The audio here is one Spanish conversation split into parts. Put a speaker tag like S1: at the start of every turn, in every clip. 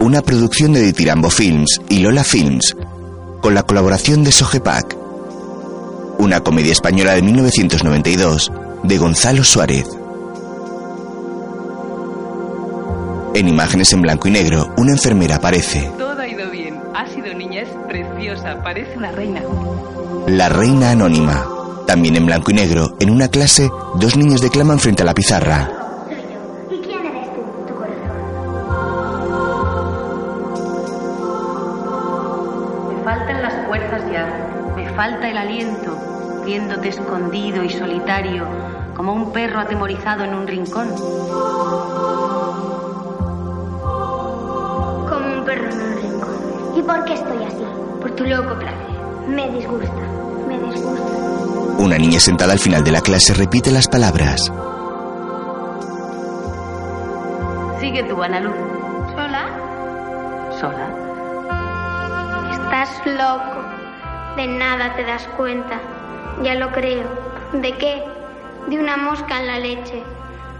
S1: una producción de Ditirambo Films y Lola Films, con la colaboración de Sojepac. Una comedia española de 1992 de Gonzalo Suárez. En imágenes en blanco y negro, una enfermera aparece.
S2: Todo ha ido bien. Ha sido niña, es preciosa, parece una reina.
S1: La reina anónima. También en blanco y negro, en una clase, dos niños declaman frente a la pizarra.
S3: Soy yo. ¿Y quién eres tú, tu corazón?
S2: Me faltan las fuerzas ya, me falta el aliento, viéndote escondido y solitario, como un perro atemorizado en un rincón.
S3: Como un perro en un rincón. ¿Y por qué estoy así? Por tu loco placer. Me disgusta. Me disgusta.
S1: Una niña sentada al final de la clase repite las palabras.
S2: Sigue tú, Analu,
S3: ¿Sola?
S2: sola.
S3: Estás loco. De nada te das cuenta. Ya lo creo. ¿De qué? De una mosca en la leche.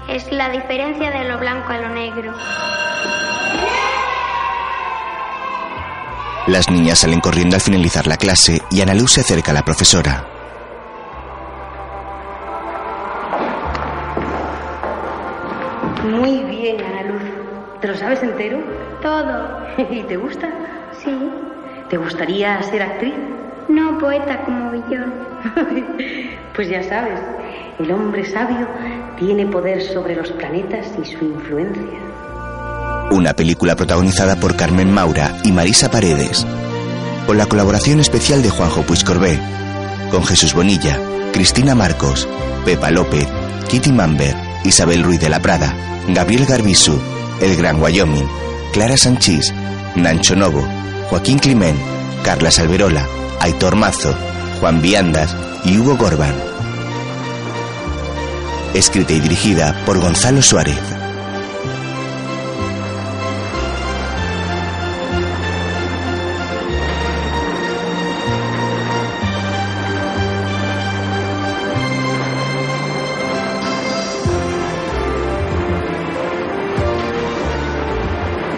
S3: Es la diferencia de lo blanco a lo negro.
S1: Las niñas salen corriendo al finalizar la clase y Ana Luz se acerca a la profesora.
S2: Muy bien, Analu. ¿Te lo sabes entero?
S3: Todo.
S2: ¿Y te gusta?
S3: Sí.
S2: ¿Te gustaría ser actriz?
S3: No poeta como yo.
S2: Pues ya sabes, el hombre sabio tiene poder sobre los planetas y su influencia.
S1: Una película protagonizada por Carmen Maura y Marisa Paredes. Con la colaboración especial de Juanjo Puig Corbé. Con Jesús Bonilla, Cristina Marcos, Pepa López, Kitty Mamber, Isabel Ruiz de la Prada, Gabriel Garbisu, El Gran Wyoming, Clara Sanchís, Nancho Novo, Joaquín Climén, Carla Salverola, Aitor Mazo, Juan Viandas y Hugo Gorban. Escrita y dirigida por Gonzalo Suárez.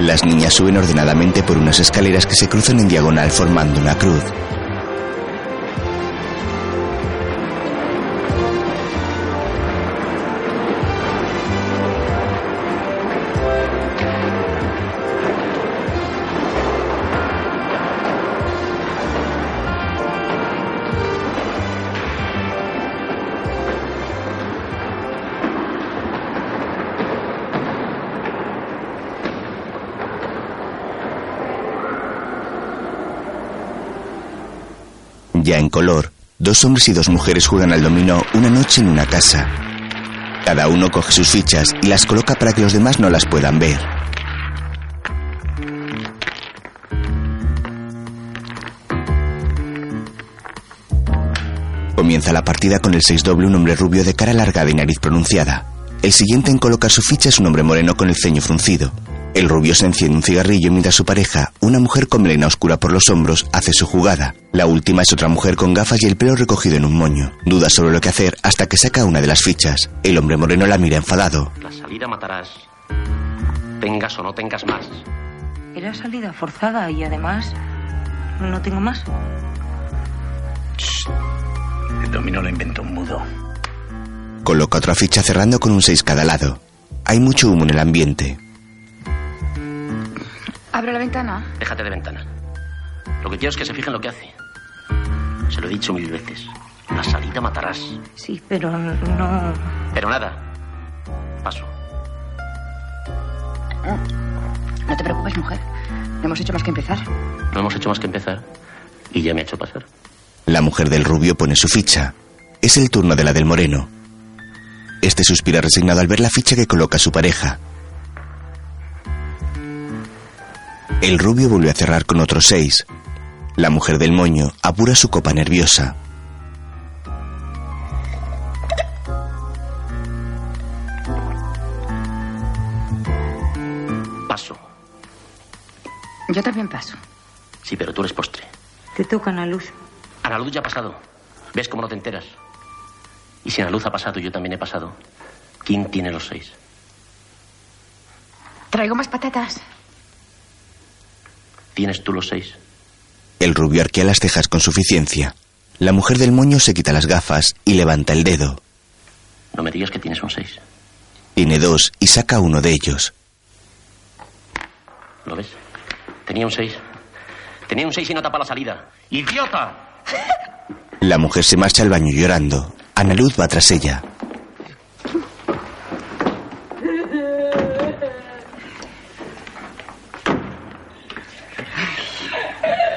S1: Las niñas suben ordenadamente por unas escaleras que se cruzan en diagonal formando una cruz. Ya en color, dos hombres y dos mujeres juegan al dominó una noche en una casa. Cada uno coge sus fichas y las coloca para que los demás no las puedan ver. Comienza la partida con el 6 doble un hombre rubio de cara largada y nariz pronunciada. El siguiente en colocar su ficha es un hombre moreno con el ceño fruncido. El rubio se enciende un cigarrillo mientras su pareja, una mujer con melena oscura por los hombros, hace su jugada. La última es otra mujer con gafas y el pelo recogido en un moño. Duda sobre lo que hacer hasta que saca una de las fichas. El hombre moreno la mira enfadado.
S4: La salida matarás. Tengas o no tengas más.
S5: Era salida forzada y además no tengo más.
S6: El dominó lo inventó un mudo.
S1: Coloca otra ficha cerrando con un 6 cada lado. Hay mucho humo en el ambiente.
S7: Abro la ventana.
S4: Déjate de ventana. Lo que quiero es que se fijen lo que hace. Se lo he dicho mil veces. La salida matarás.
S5: Sí, pero no.
S4: Pero nada. Paso.
S7: No te preocupes, mujer. No hemos hecho más que empezar.
S4: No hemos hecho más que empezar. Y ya me ha hecho pasar.
S1: La mujer del rubio pone su ficha. Es el turno de la del moreno. Este suspira resignado al ver la ficha que coloca su pareja. El rubio vuelve a cerrar con otros seis. La mujer del moño apura su copa nerviosa.
S4: Paso.
S7: Yo también paso.
S4: Sí, pero tú eres postre.
S5: Te tocan la luz.
S4: Ana Luz ya ha pasado. ¿Ves cómo no te enteras? Y si Ana Luz ha pasado, yo también he pasado. ¿Quién tiene los seis?
S7: Traigo más patatas.
S4: Tienes tú los seis.
S1: El rubio arquea las cejas con suficiencia. La mujer del moño se quita las gafas y levanta el dedo.
S4: No me digas que tienes un seis.
S1: Tiene dos y saca uno de ellos.
S4: ¿Lo ves? Tenía un seis. Tenía un seis y no tapa la salida. ¡Idiota!
S1: La mujer se marcha al baño llorando. Ana Luz va tras ella.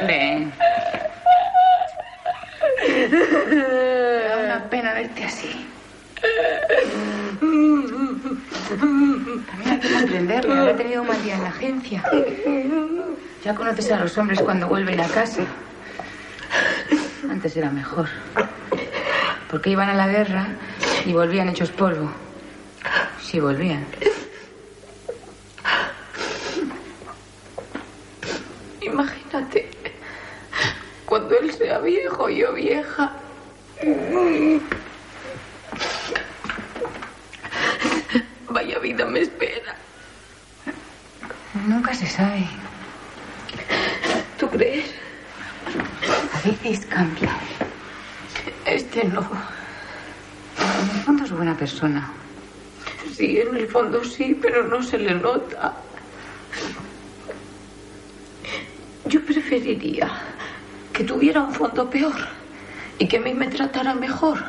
S8: Ven.
S9: Me da una pena verte así. También hay que comprenderme. Habrá tenido un mal día en la agencia. Ya conoces a los hombres cuando vuelven a casa. Antes era mejor. Porque iban a la guerra y volvían hechos polvo. Si volvían.
S10: Imagínate cuando él sea viejo, yo vieja. Vaya vida me espera.
S9: Nunca se sabe.
S10: ¿Tú crees?
S9: A veces cambia.
S10: Este no.
S9: En el fondo es buena persona.
S10: Sí, en el fondo sí, pero no se le nota. Yo preferiría que tuviera un fondo peor y que a mí me tratara mejor.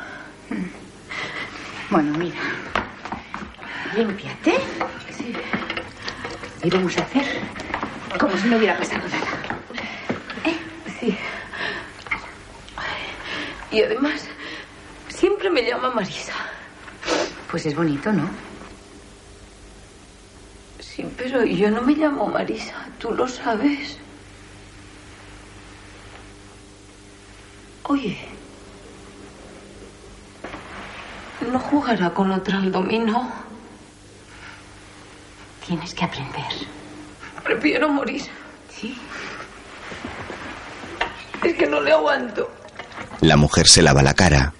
S8: Bueno, mira. Límpiate. Y vamos a hacer como si no hubiera pasado nada.
S10: Sí. Y además, siempre me llama Marisa.
S8: Pues es bonito, ¿no?
S10: Sí, pero yo no me llamo Marisa, tú lo sabes. Oye, no jugará con otra al dominó.
S8: Tienes que aprender.
S10: Prefiero morir.
S8: Sí.
S10: Es que no le aguanto.
S1: La mujer se lava la cara.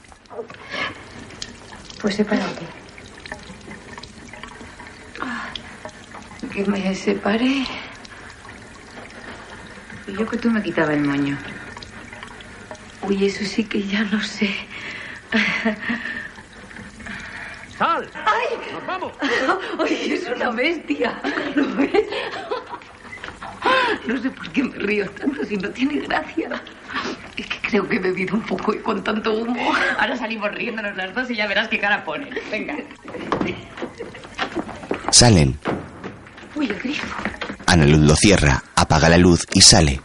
S9: Pues sepárate.
S10: Ah, Que me separé.
S9: Y yo que tú me quitaba el moño.
S10: Uy, eso sí que ya no sé.
S11: ¡Sal!
S10: ¡Ay!
S11: ¡Nos vamos!
S10: Oye, es una bestia. ¿Lo ves? No sé por qué me río tanto si no tiene gracia. Es que creo que he bebido un poco y con tanto humo.
S8: Ahora salimos riéndonos las dos y ya verás qué cara pone. Venga.
S1: Salen.
S8: Uy, el grifo.
S1: Ana Luz lo cierra, apaga la luz y sale.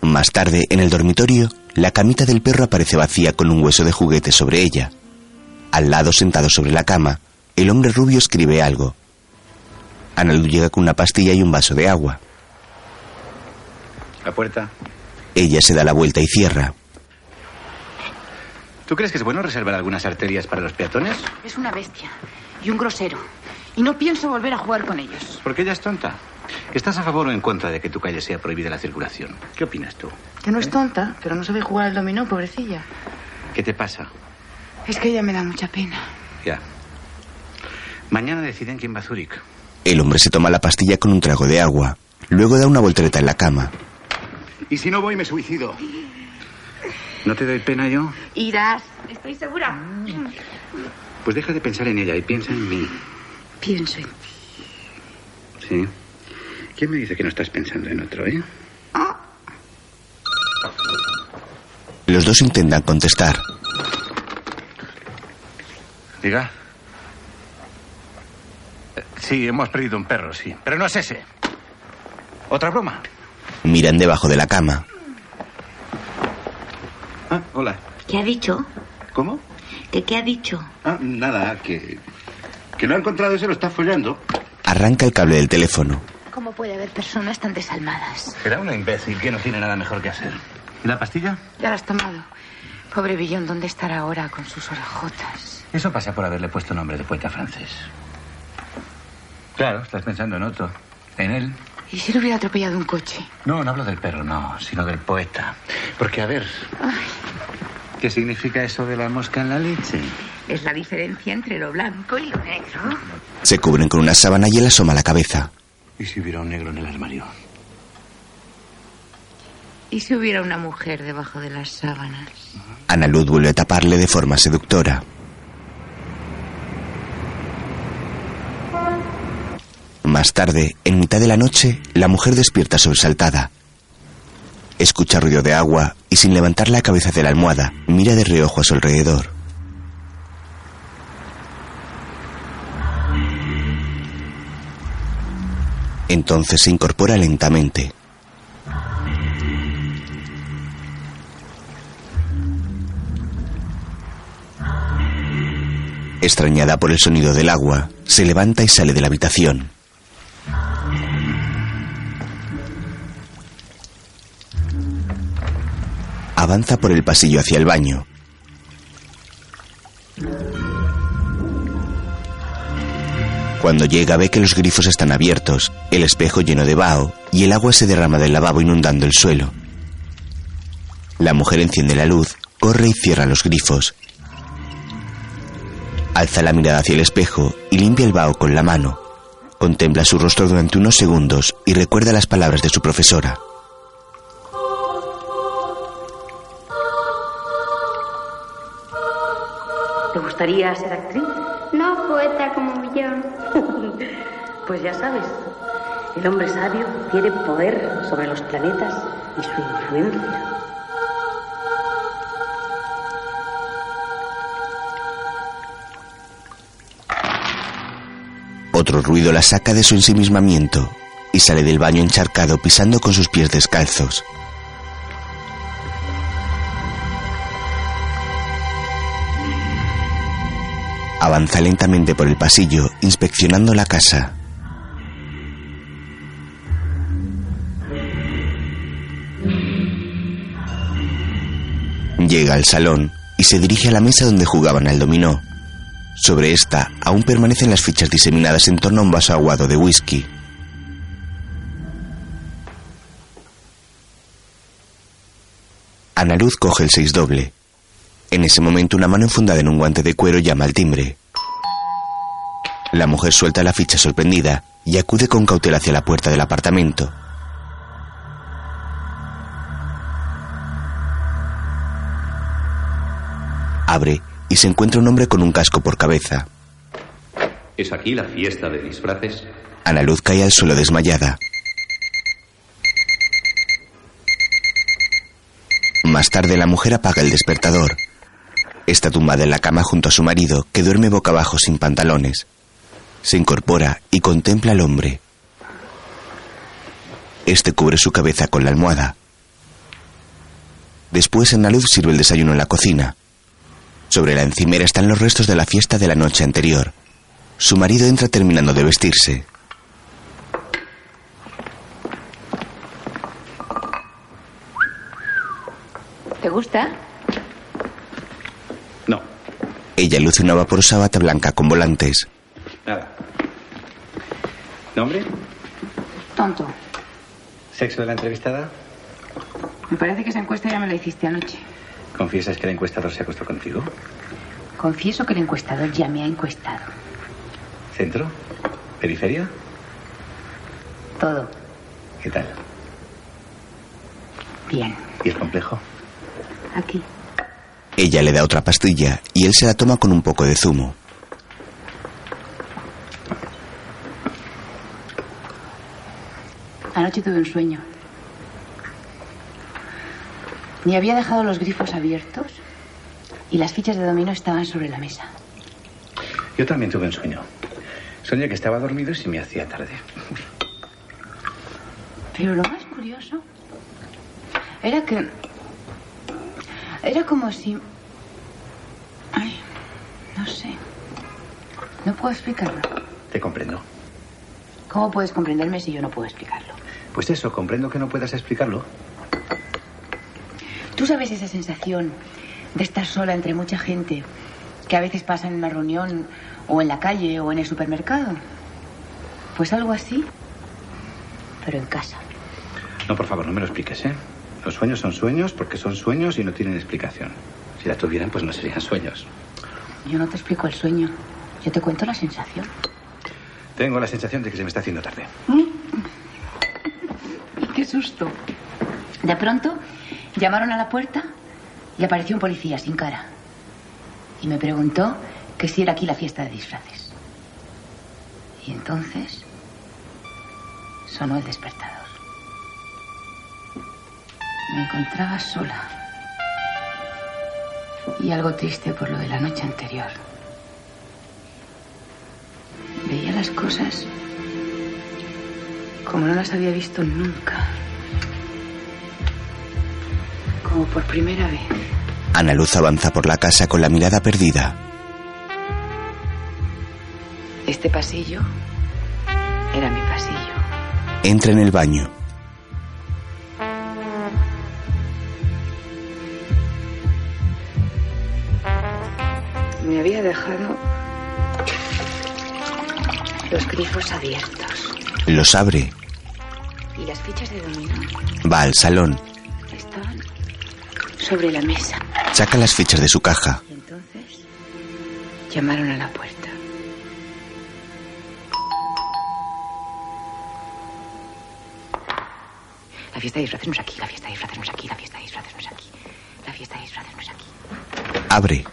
S1: Más tarde, en el dormitorio, la camita del perro aparece vacía con un hueso de juguete sobre ella. Al lado, sentado sobre la cama, el hombre rubio escribe algo. Ana Luz llega con una pastilla y un vaso de agua.
S12: La puerta.
S1: Ella se da la vuelta y cierra.
S12: ¿Tú crees que es bueno reservar algunas arterias para los peatones?
S8: Es una bestia y un grosero. Y no pienso volver a jugar con ellos.
S12: Porque ella es tonta. ¿Estás a favor o en contra de que tu calle sea prohibida la circulación? ¿Qué opinas tú?
S13: Que no es tonta, pero no sabe jugar al dominó, pobrecilla.
S12: ¿Qué te pasa?
S13: Es que ella me da mucha pena.
S12: Ya. Mañana deciden quién va a Zúrich.
S1: El hombre se toma la pastilla con un trago de agua. Luego da una voltereta en la cama.
S12: Y si no voy, me suicido. ¿No te doy pena yo?
S10: Irás, estoy segura.
S12: Pues deja de pensar en ella y piensa en mí.
S8: Pienso en
S12: Sí. ¿Quién me dice que no estás pensando en otro, eh?
S1: Los dos intentan contestar.
S14: Diga. Eh, Sí, hemos perdido un perro, sí. Pero no es ese. ¿Otra broma?
S1: Miran debajo de la cama.
S12: Ah, hola.
S15: ¿Qué ha dicho?
S12: ¿Cómo?
S15: ¿De qué ha dicho?
S12: Ah, nada, que. Que no ha encontrado y se lo está follando.
S1: Arranca el cable del teléfono.
S8: cómo puede haber personas tan desalmadas.
S12: Será una imbécil que no tiene nada mejor que hacer. ¿Y la pastilla?
S13: Ya la has tomado. Pobre Billón, ¿dónde estará ahora con sus orejotas?
S12: Eso pasa por haberle puesto nombre de poeta francés. Claro, estás pensando en otro. En él.
S13: ¿Y si le hubiera atropellado un coche?
S12: No, no hablo del perro, no, sino del poeta. Porque, a ver. ¿Qué significa eso de la mosca en la leche?
S8: Es la diferencia entre lo blanco y lo negro.
S1: Se cubren con una sábana y él asoma la cabeza.
S12: ¿Y si hubiera un negro en el armario?
S16: ¿Y si hubiera una mujer debajo de las sábanas?
S1: Ana Luz vuelve a taparle de forma seductora. Más tarde, en mitad de la noche, la mujer despierta sobresaltada. Escucha ruido de agua y sin levantar la cabeza de la almohada, mira de reojo a su alrededor. Entonces se incorpora lentamente. Extrañada por el sonido del agua, se levanta y sale de la habitación. Avanza por el pasillo hacia el baño. Cuando llega ve que los grifos están abiertos, el espejo lleno de vaho y el agua se derrama del lavabo inundando el suelo. La mujer enciende la luz, corre y cierra los grifos. Alza la mirada hacia el espejo y limpia el vaho con la mano. Contempla su rostro durante unos segundos y recuerda las palabras de su profesora.
S9: ¿Te gustaría ser actriz?
S3: No poeta como yo.
S9: Pues ya sabes, el hombre sabio tiene poder sobre los planetas y su influencia.
S1: Otro ruido la saca de su ensimismamiento y sale del baño encharcado pisando con sus pies descalzos. Avanza lentamente por el pasillo, inspeccionando la casa. Llega al salón y se dirige a la mesa donde jugaban al dominó. Sobre esta aún permanecen las fichas diseminadas en torno a un vaso aguado de whisky. Ana Luz coge el seis doble. En ese momento una mano enfundada en un guante de cuero llama al timbre. La mujer suelta la ficha sorprendida y acude con cautela hacia la puerta del apartamento. Abre y se encuentra un hombre con un casco por cabeza.
S17: ¿Es aquí la fiesta de disfraces?
S1: Ana Luz cae al suelo desmayada. Más tarde la mujer apaga el despertador. Está tumbada en la cama junto a su marido, que duerme boca abajo sin pantalones. Se incorpora y contempla al hombre. Este cubre su cabeza con la almohada. Después Ana Luz sirve el desayuno en la cocina. Sobre la encimera están los restos de la fiesta de la noche anterior. Su marido entra terminando de vestirse.
S10: ¿Te gusta?
S17: No,
S1: Ella luce una vaporosa bata blanca con volantes.
S17: nada. ¿Nombre?
S10: Tonto.
S12: ¿Sexo de la entrevistada?
S10: Me parece que esa encuesta ya me la hiciste anoche.
S12: ¿Confiesas que el encuestador se acostó contigo?
S10: Confieso que el encuestador ya me ha encuestado.
S12: ¿Centro? ¿Periferia?
S10: Todo.
S12: ¿Qué tal?
S10: Bien.
S12: ¿Y el complejo?
S10: Aquí.
S1: Ella le da otra pastilla y él se la toma con un poco de zumo.
S10: Anoche tuve un sueño. Ni había dejado los grifos abiertos y las fichas de dominó estaban sobre la mesa.
S12: Yo también tuve un sueño. Soñé que estaba dormido y se me hacía tarde.
S10: Pero lo más curioso era que... Era como si... Ay, no sé. No puedo explicarlo.
S12: Te comprendo.
S10: ¿Cómo puedes comprenderme si yo no puedo explicarlo?
S12: Pues eso, comprendo que no puedas explicarlo.
S10: Tú sabes esa sensación de estar sola entre mucha gente que a veces pasa en una reunión o en la calle o en el supermercado. Pues algo así, pero en casa.
S12: No, por favor, no me lo expliques, ¿eh? Los sueños son sueños porque son sueños y no tienen explicación. Si la tuvieran, pues no serían sueños.
S10: Yo no te explico el sueño, yo te cuento la sensación.
S12: Tengo
S18: ¿Mm?
S12: la sensación de que se me está haciendo tarde.
S10: ¡Qué susto!
S18: De pronto, llamaron a la puerta y apareció un policía sin cara. Y me preguntó que si era aquí la fiesta de disfraces. Y entonces sonó el despertador. Me encontraba sola y algo triste por lo de la noche anterior. Veía las cosas como no las había visto nunca. Como por primera vez.
S1: Ana Luz avanza por la casa con la mirada perdida.
S18: Este pasillo era mi pasillo.
S1: Entra en el baño.
S18: Me había dejado los grifos abiertos
S1: Los abre.
S18: y las fichas de dominó
S1: Va al salón.
S18: estaban sobre la mesa.
S1: Saca las fichas de su caja.
S18: Entonces llamaron a la puerta. La fiesta de disfraces no es aquí, la fiesta de disfraces no es aquí, la fiesta de disfraces no es aquí. La fiesta de disfraces no es aquí.
S1: Abre.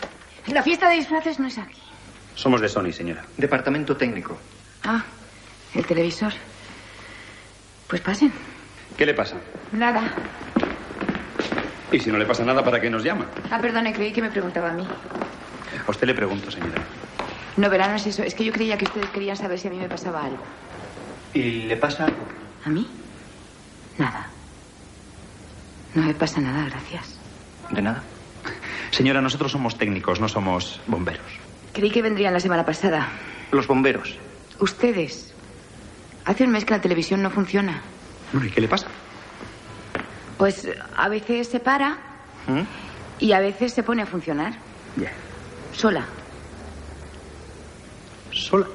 S18: La fiesta de disfraces no es aquí.
S12: Somos de Sony, señora.
S19: Departamento técnico.
S10: Ah, el televisor. Pues pasen.
S12: ¿Qué le pasa?
S10: Nada.
S12: Y si no le pasa nada, ¿para qué nos llama?
S10: Ah, perdone, creí que me preguntaba a mí.
S12: A usted le pregunto, señora.
S10: No, verano es eso. Es que yo creía que ustedes querían saber si a mí me pasaba algo.
S19: ¿Y le pasa algo?
S10: ¿A mí? Nada. No me pasa nada, gracias.
S12: ¿De nada? Señora, nosotros somos técnicos, no somos bomberos.
S10: Creí que vendrían la semana pasada.
S12: Los bomberos.
S10: Ustedes. Hace un mes que la televisión no funciona.
S12: ¿Y qué le pasa?
S10: Pues a veces se para
S12: ¿Mm?
S10: y a veces se pone a funcionar.
S12: Ya.
S10: Sola.
S12: ¿Sola?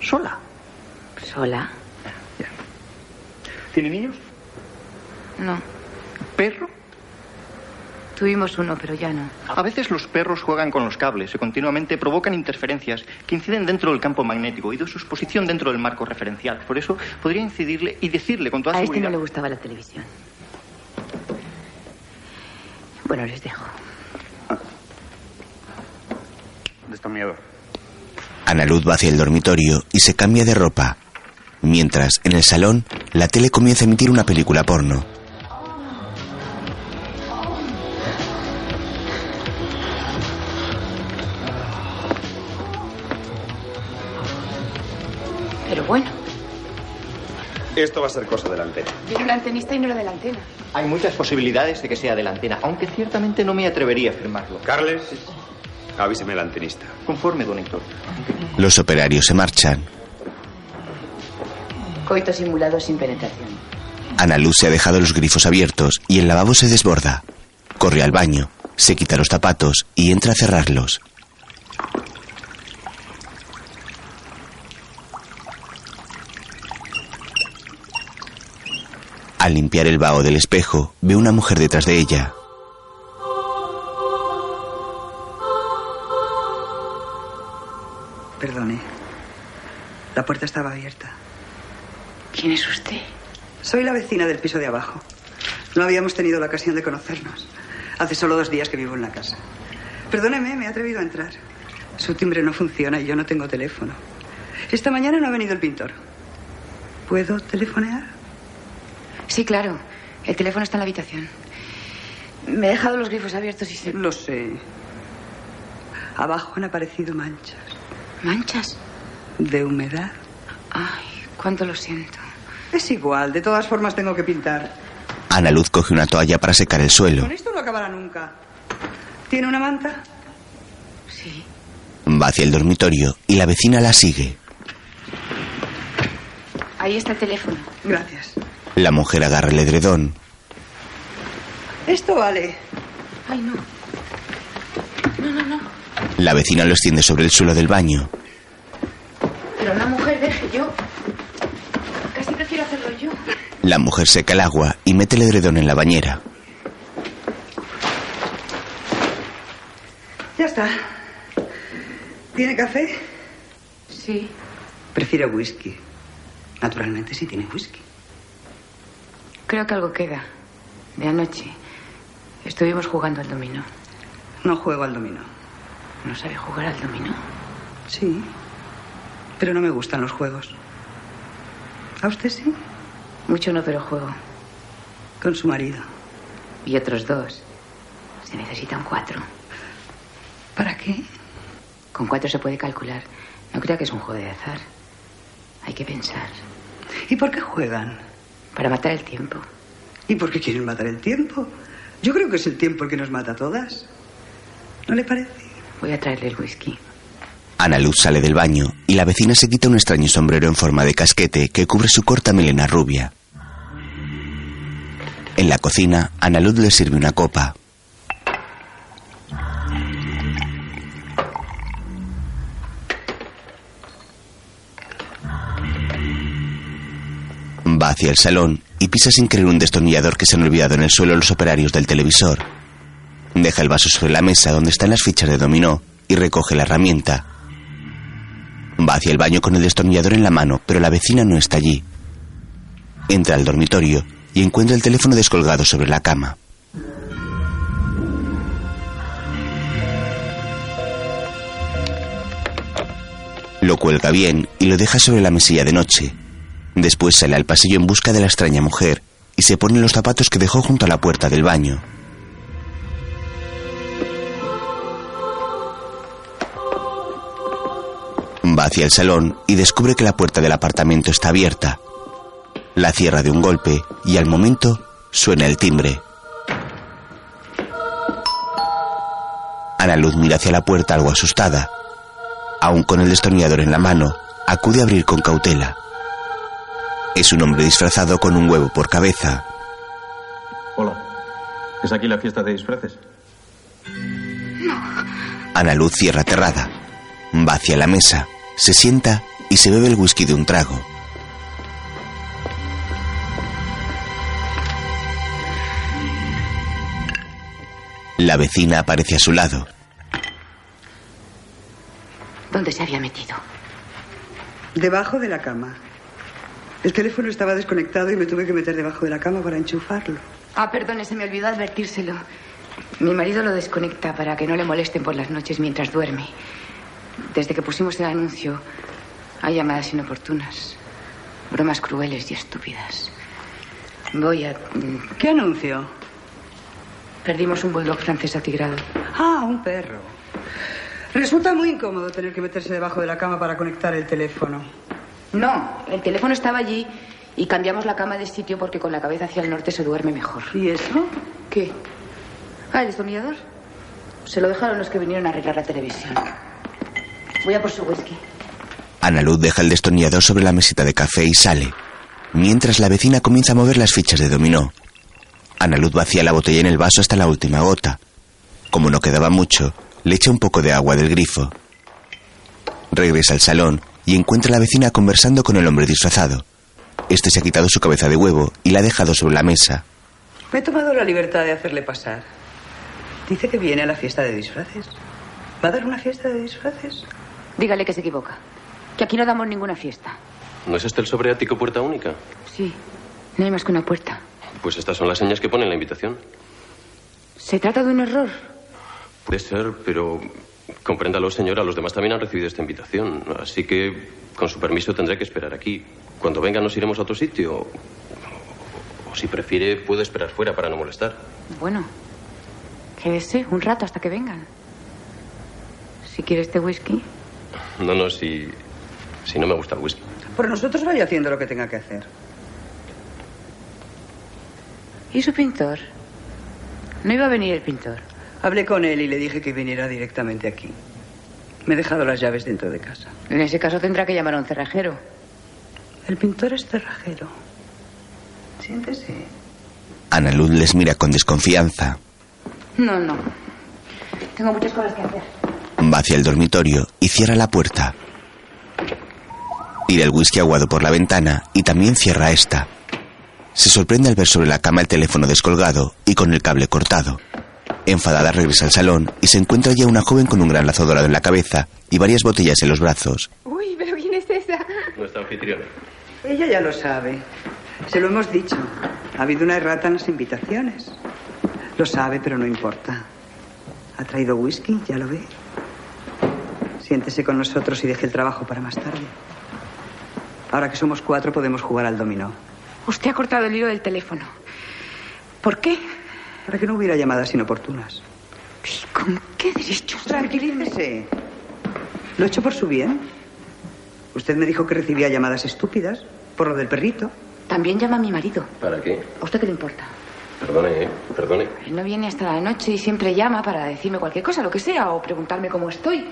S12: ¿Sola?
S10: ¿Sola?
S12: ¿Tiene niños?
S10: No.
S19: ¿Perro?
S10: Tuvimos uno, pero ya no.
S19: A veces los perros juegan con los cables y continuamente provocan interferencias que inciden dentro del campo magnético y de su posición dentro del marco referencial. Por eso podría incidirle y decirle con toda
S10: A este
S19: seguridad.
S10: no le gustaba la televisión. Bueno, les dejo.
S12: Está miedo.
S1: Ana Luz va hacia el dormitorio y se cambia de ropa. Mientras, en el salón, la tele comienza a emitir una película porno.
S10: Pero bueno,
S19: Esto va a ser cosa de la antena.
S10: viene una antenista y no la de la antena.
S19: Hay muchas posibilidades de que sea de la antena, aunque ciertamente no me atrevería a afirmarlo.
S20: Carles, avíseme al antenista.
S19: Conforme, don Héctor.
S1: Los operarios se marchan.
S10: Coito simulado sin penetración.
S1: Ana Luz se ha dejado los grifos abiertos y el lavabo se desborda. Corre al baño, se quita los zapatos y entra a cerrarlos. Al limpiar el vaho del espejo, ve una mujer detrás de ella.
S8: Perdone. La puerta estaba abierta.
S10: ¿Quién es usted?
S8: Soy la vecina del piso de abajo. No habíamos tenido la ocasión de conocernos. Hace solo dos días que vivo en la casa. Perdóneme, me he atrevido a entrar. Su timbre no funciona y yo no tengo teléfono. Esta mañana no ha venido el pintor. ¿Puedo telefonear?
S10: Sí, claro. El teléfono está en la habitación. Me he dejado los grifos abiertos y se...
S8: Lo sé. Abajo han aparecido manchas.
S10: ¿Manchas?
S8: ¿De humedad?
S10: Ay, cuánto lo siento.
S8: Es igual, de todas formas tengo que pintar.
S1: Ana Luz coge una toalla para secar el suelo.
S8: Con esto no acabará nunca. ¿Tiene una manta?
S1: Va hacia el dormitorio y la vecina la sigue.
S10: Ahí está el teléfono.
S8: Gracias.
S1: La mujer agarra el edredón.
S8: Esto vale.
S10: Ay, no. No, no, no.
S1: La vecina lo extiende sobre el suelo del baño.
S10: Pero una mujer deje yo. Casi prefiero hacerlo yo.
S1: La mujer seca el agua y mete el edredón en la bañera.
S8: Ya está. ¿Tiene café?
S10: Sí.
S8: Prefiero whisky. Naturalmente, si tiene whisky.
S10: Creo que algo queda. de anoche. Estuvimos jugando al dominó.
S8: No juego al dominó.
S10: ¿No sabe jugar al dominó?
S8: Sí, pero no me gustan los juegos. ¿A usted sí?
S10: Mucho no, pero juego.
S8: Con su marido.
S10: Y otros dos. Se necesitan cuatro.
S8: ¿Para qué?
S10: Con cuatro se puede calcular. No crea que es un juego de azar. Hay que pensar.
S8: ¿Y por qué juegan?
S10: Para matar el tiempo.
S8: ¿Y por qué quieren matar el tiempo? Yo creo que es el tiempo el que nos mata a todas. ¿No le parece?
S10: Voy a traerle el whisky.
S1: Ana Luz sale del baño y la vecina se quita un extraño sombrero en forma de casquete que cubre su corta melena rubia. En la cocina, Ana Luz le sirve una copa. Va hacia el salón y pisa sin querer un destornillador que se han olvidado en el suelo los operarios del televisor. Deja el vaso sobre la mesa donde están las fichas de dominó y recoge la herramienta. Va hacia el baño con el destornillador en la mano, pero la vecina no está allí. Entra al dormitorio y encuentra el teléfono descolgado sobre la cama. Lo cuelga bien y lo deja sobre la mesilla de noche. Después sale al pasillo en busca de la extraña mujer y se pone los zapatos que dejó junto a la puerta del baño. Va hacia el salón y descubre que la puerta del apartamento está abierta. La cierra de un golpe y al momento suena el timbre. Ana Luz mira hacia la puerta algo asustada. Aún con el destornillador en la mano, acude a abrir con cautela. Es un hombre disfrazado con un huevo por cabeza.
S21: Hola. ¿Es aquí la fiesta de disfraces?
S1: Ana Luz cierra aterrada. Va hacia la mesa, se sienta y se bebe el whisky de un trago. La vecina aparece a su lado.
S10: ¿Dónde se había metido?
S8: Debajo de la cama. El teléfono estaba desconectado y me tuve que meter debajo de la cama para enchufarlo.
S10: Ah, perdone, se me olvidó advertírselo. Mi marido lo desconecta para que no le molesten por las noches mientras duerme. Desde que pusimos el anuncio, hay llamadas inoportunas, bromas crueles y estúpidas. Voy a.
S8: ¿Qué anuncio?
S10: Perdimos un bulldog francés atigrado.
S8: Ah, un perro. Resulta muy incómodo tener que meterse debajo de la cama para conectar el teléfono.
S10: No, el teléfono estaba allí y cambiamos la cama de sitio porque con la cabeza hacia el norte se duerme mejor.
S8: ¿Y eso?
S10: ¿Qué? Ah, el destornillador. Se lo dejaron los que vinieron a arreglar la televisión. Voy a por su whisky.
S1: Ana Luz deja el destornillador sobre la mesita de café y sale, mientras la vecina comienza a mover las fichas de dominó. Ana Luz vacía la botella en el vaso hasta la última gota. Como no quedaba mucho, le echa un poco de agua del grifo. Regresa al salón y encuentra a la vecina conversando con el hombre disfrazado. Este se ha quitado su cabeza de huevo y la ha dejado sobre la mesa.
S8: Me he tomado la libertad de hacerle pasar. Dice que viene a la fiesta de disfraces. ¿Va a dar una fiesta de disfraces?
S10: Dígale que se equivoca. Que aquí no damos ninguna fiesta.
S22: ¿No es este el sobreático puerta única?
S10: Sí. No hay más que una puerta.
S22: Pues estas son las señas que pone en la invitación.
S10: ¿Se trata de un error?
S22: Puede ser, pero Compréndalo, señora, los demás también han recibido esta invitación, así que con su permiso tendré que esperar aquí. Cuando venga nos iremos a otro sitio. O, o si prefiere, puedo esperar fuera para no molestar.
S10: Bueno, quédese un rato hasta que vengan. Si quiere este whisky.
S22: No, no, si, si no me gusta el whisky.
S8: Por nosotros vaya haciendo lo que tenga que hacer.
S10: ¿Y su pintor? No iba a venir el pintor.
S8: Hablé con él y le dije que viniera directamente aquí. Me he dejado las llaves dentro de casa.
S10: En ese caso tendrá que llamar a un cerrajero.
S8: El pintor es cerrajero. Siéntese.
S1: Ana Luz les mira con desconfianza.
S10: No, no. Tengo muchas cosas que hacer.
S1: Va hacia el dormitorio y cierra la puerta. Tira el whisky aguado por la ventana y también cierra esta. Se sorprende al ver sobre la cama el teléfono descolgado y con el cable cortado. Enfadada regresa al salón y se encuentra ya una joven con un gran lazo dorado en la cabeza y varias botellas en los brazos.
S23: Uy, pero ¿quién es esa?
S22: Nuestra anfitriona.
S8: Ella ya lo sabe. Se lo hemos dicho. Ha habido una errata en las invitaciones. Lo sabe, pero no importa. Ha traído whisky, ya lo ve. Siéntese con nosotros y deje el trabajo para más tarde. Ahora que somos cuatro podemos jugar al dominó.
S10: Usted ha cortado el hilo del teléfono. ¿Por qué?
S8: Para que no hubiera llamadas inoportunas.
S10: ¿Con qué derecho?
S8: Tranquilícese. Lo he hecho por su bien. Usted me dijo que recibía llamadas estúpidas por lo del perrito.
S10: También llama a mi marido.
S22: ¿Para qué?
S10: ¿A usted qué le importa?
S22: Perdone, ¿eh? Perdone.
S10: Él no viene hasta la noche y siempre llama para decirme cualquier cosa, lo que sea, o preguntarme cómo estoy.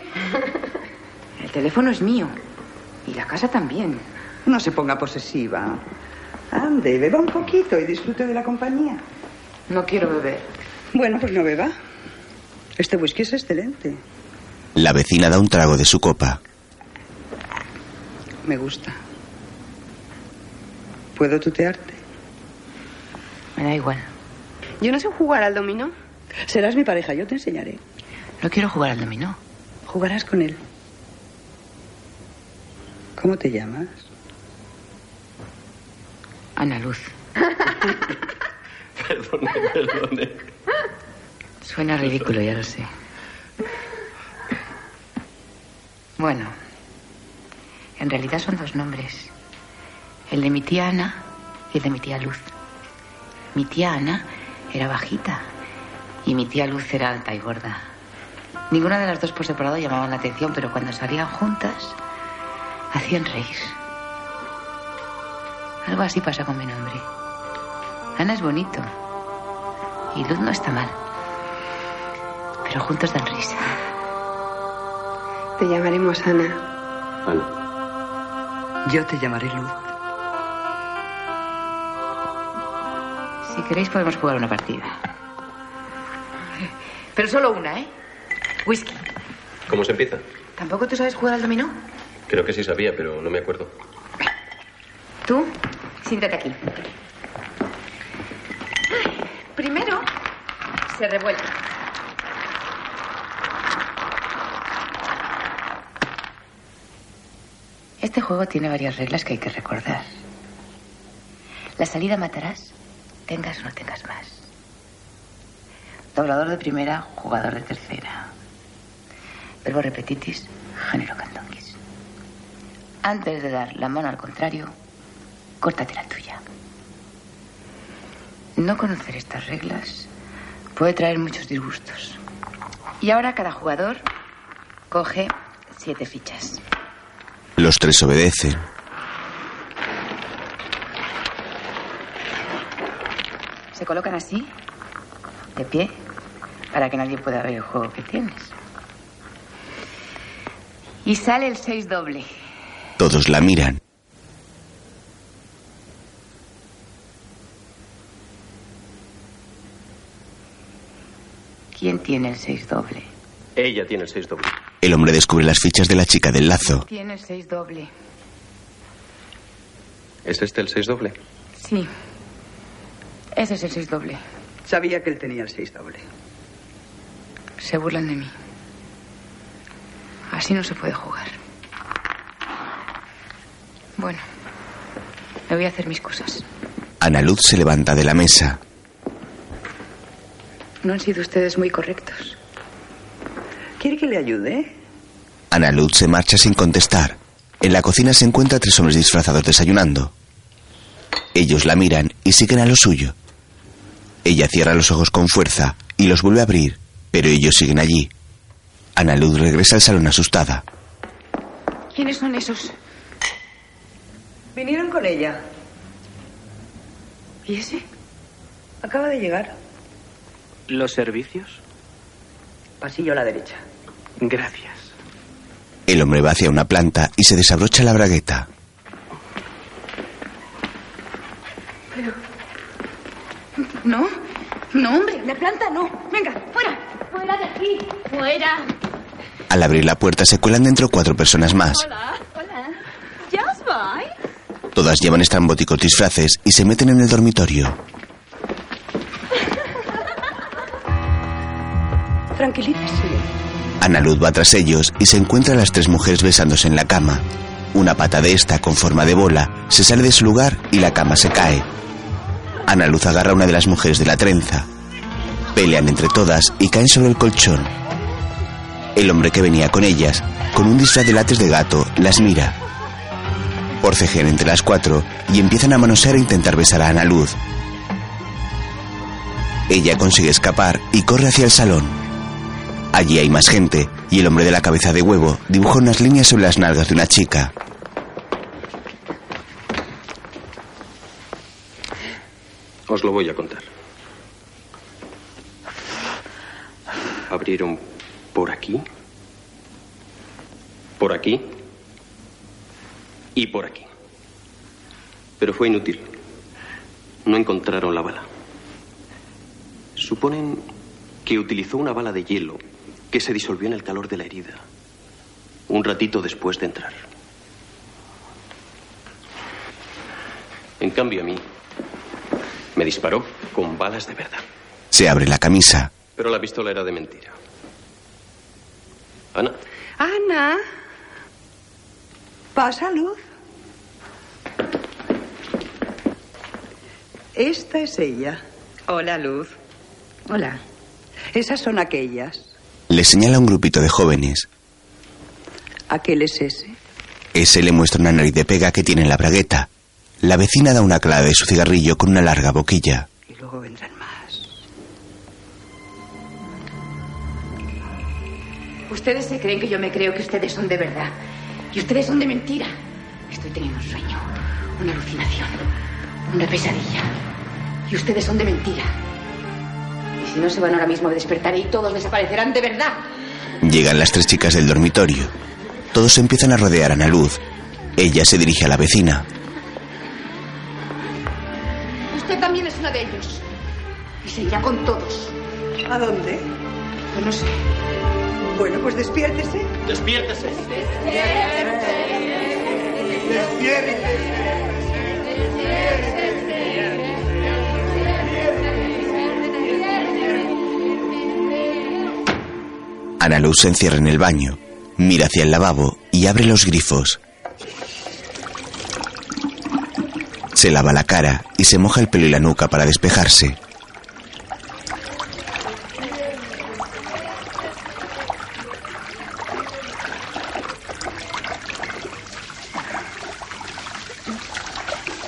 S10: El teléfono es mío. Y la casa también.
S8: No se ponga posesiva. Ande, beba un poquito y disfrute de la compañía.
S10: No quiero beber.
S8: Bueno, pues no beba. Este whisky es excelente.
S1: La vecina da un trago de su copa.
S8: Me gusta. ¿Puedo tutearte?
S10: Me da igual.
S7: Yo no sé jugar al dominó.
S8: Serás mi pareja, yo te enseñaré.
S10: No quiero jugar al dominó.
S8: Jugarás con él. ¿Cómo te llamas?
S10: Ana Luz.
S22: Perdone, perdone.
S10: Suena ridículo, ya lo sé. Bueno, en realidad son dos nombres. El de mi tía Ana y el de mi tía Luz. Mi tía Ana era bajita y mi tía Luz era alta y gorda. Ninguna de las dos por separado llamaban la atención, pero cuando salían juntas hacían reír. Algo así pasa con mi nombre. Ana es bonito y Luz no está mal, pero juntos dan risa.
S7: Te llamaremos Ana.
S22: Ana.
S8: Yo te llamaré Luz.
S10: Si queréis podemos jugar una partida. Pero solo una, ¿eh? Whisky.
S22: ¿Cómo se empieza?
S10: ¿Tampoco tú sabes jugar al dominó?
S22: Creo que sí sabía, pero no me acuerdo.
S10: Tú, siéntate aquí. Primero, se revuelve. Este juego tiene varias reglas que hay que recordar. La salida matarás, tengas o no tengas más. Doblador de primera, jugador de tercera. Verbo repetitis, género cantonquis. Antes de dar la mano al contrario, córtate la tuya. No conocer estas reglas puede traer muchos disgustos. Y ahora cada jugador coge siete fichas.
S1: Los tres obedecen.
S10: Se colocan así, de pie, para que nadie pueda ver el
S8: Oh,
S10: juego que tienes. Y sale el seis doble.
S1: Todos la miran.
S10: ¿Quién tiene el seis doble?
S22: Ella tiene el 6 doble.
S1: El hombre descubre las fichas de la chica del lazo.
S10: Tiene el seis doble.
S22: ¿Es este el 6 doble?
S10: Sí. Ese es el seis doble.
S8: Sabía que él tenía el seis doble.
S10: Se burlan de mí. Así no se puede jugar. Bueno, me voy a hacer mis cosas.
S1: Ana Luz se levanta de la mesa.
S10: No han sido ustedes muy correctos.
S8: ¿Quiere que le ayude?
S1: Ana Luz se marcha sin contestar. En la cocina se encuentra tres hombres disfrazados desayunando. Ellos la miran y siguen a lo suyo. Ella cierra los ojos con fuerza y los vuelve a abrir, pero ellos siguen allí. Ana Luz regresa al salón asustada.
S10: ¿Quiénes son esos?
S8: Vinieron con ella.
S10: ¿Y ese?
S8: Acaba de llegar.
S23: ¿Los servicios?
S8: Pasillo a la derecha.
S23: Gracias.
S1: El hombre va hacia una planta y se desabrocha la bragueta.
S10: Pero... No, no, hombre, la planta no. Venga, fuera.
S3: Fuera de aquí. Fuera.
S1: Al abrir la puerta se cuelan dentro cuatro personas más.
S24: Hola, hola. ¿Ya os vais?
S1: Todas llevan estrambóticos disfraces y se meten en el dormitorio.
S8: Tranquilícese.
S1: Ana Luz va tras ellos y se encuentra a las tres mujeres besándose en la cama. Una pata de esta con forma de bola se sale de su lugar y la cama se cae. Ana Luz agarra a una de las mujeres de la trenza. Pelean entre todas y caen sobre el colchón. El hombre que venía con ellas, con un disfraz de látex de gato, las mira. Forcejean entre las cuatro y empiezan a manosear e intentar besar a Ana Luz. Ella consigue escapar y corre hacia el salón. Allí hay más gente y el hombre de la cabeza de huevo dibuja unas líneas sobre las nalgas de una chica.
S22: Os lo voy a contar. Abrieron por aquí, por aquí y por aquí. Pero fue inútil. No encontraron la bala. Suponen que utilizó una bala de hielo que se disolvió en el calor de la herida un ratito después de entrar. En cambio a mí me disparó con balas de verdad.
S1: Se abre la camisa.
S22: Pero la pistola era de mentira. Ana,
S8: Ana. Pasa luz. Esta es ella.
S25: Hola, Luz.
S8: Hola. Esas son aquellas.
S1: Le señala un grupito de jóvenes.
S8: Aquel es ese.
S1: Ese le muestra una nariz de pega que tiene en la bragueta. La vecina da una clave de su cigarrillo con una larga boquilla.
S8: Y luego vendrán más.
S10: Ustedes se creen que yo me creo que ustedes son de verdad. Y ustedes son de mentira. Estoy teniendo un sueño, una alucinación, una pesadilla. Y ustedes son de mentira. Y si no se van ahora mismo, me despertaré y todos desaparecerán de verdad.
S1: Llegan las tres chicas del dormitorio. Todos empiezan a rodear a Ana Luz. Ella se dirige a la vecina.
S10: Usted también es una de ellos. Y se irá con todos.
S8: ¿A dónde?
S10: Pues no sé.
S8: Bueno, pues despiértese.
S22: Despiértese.
S1: Ana Luz se encierra en el baño, mira hacia el lavabo y abre los grifos. Se lava la cara y se moja el pelo y la nuca para despejarse.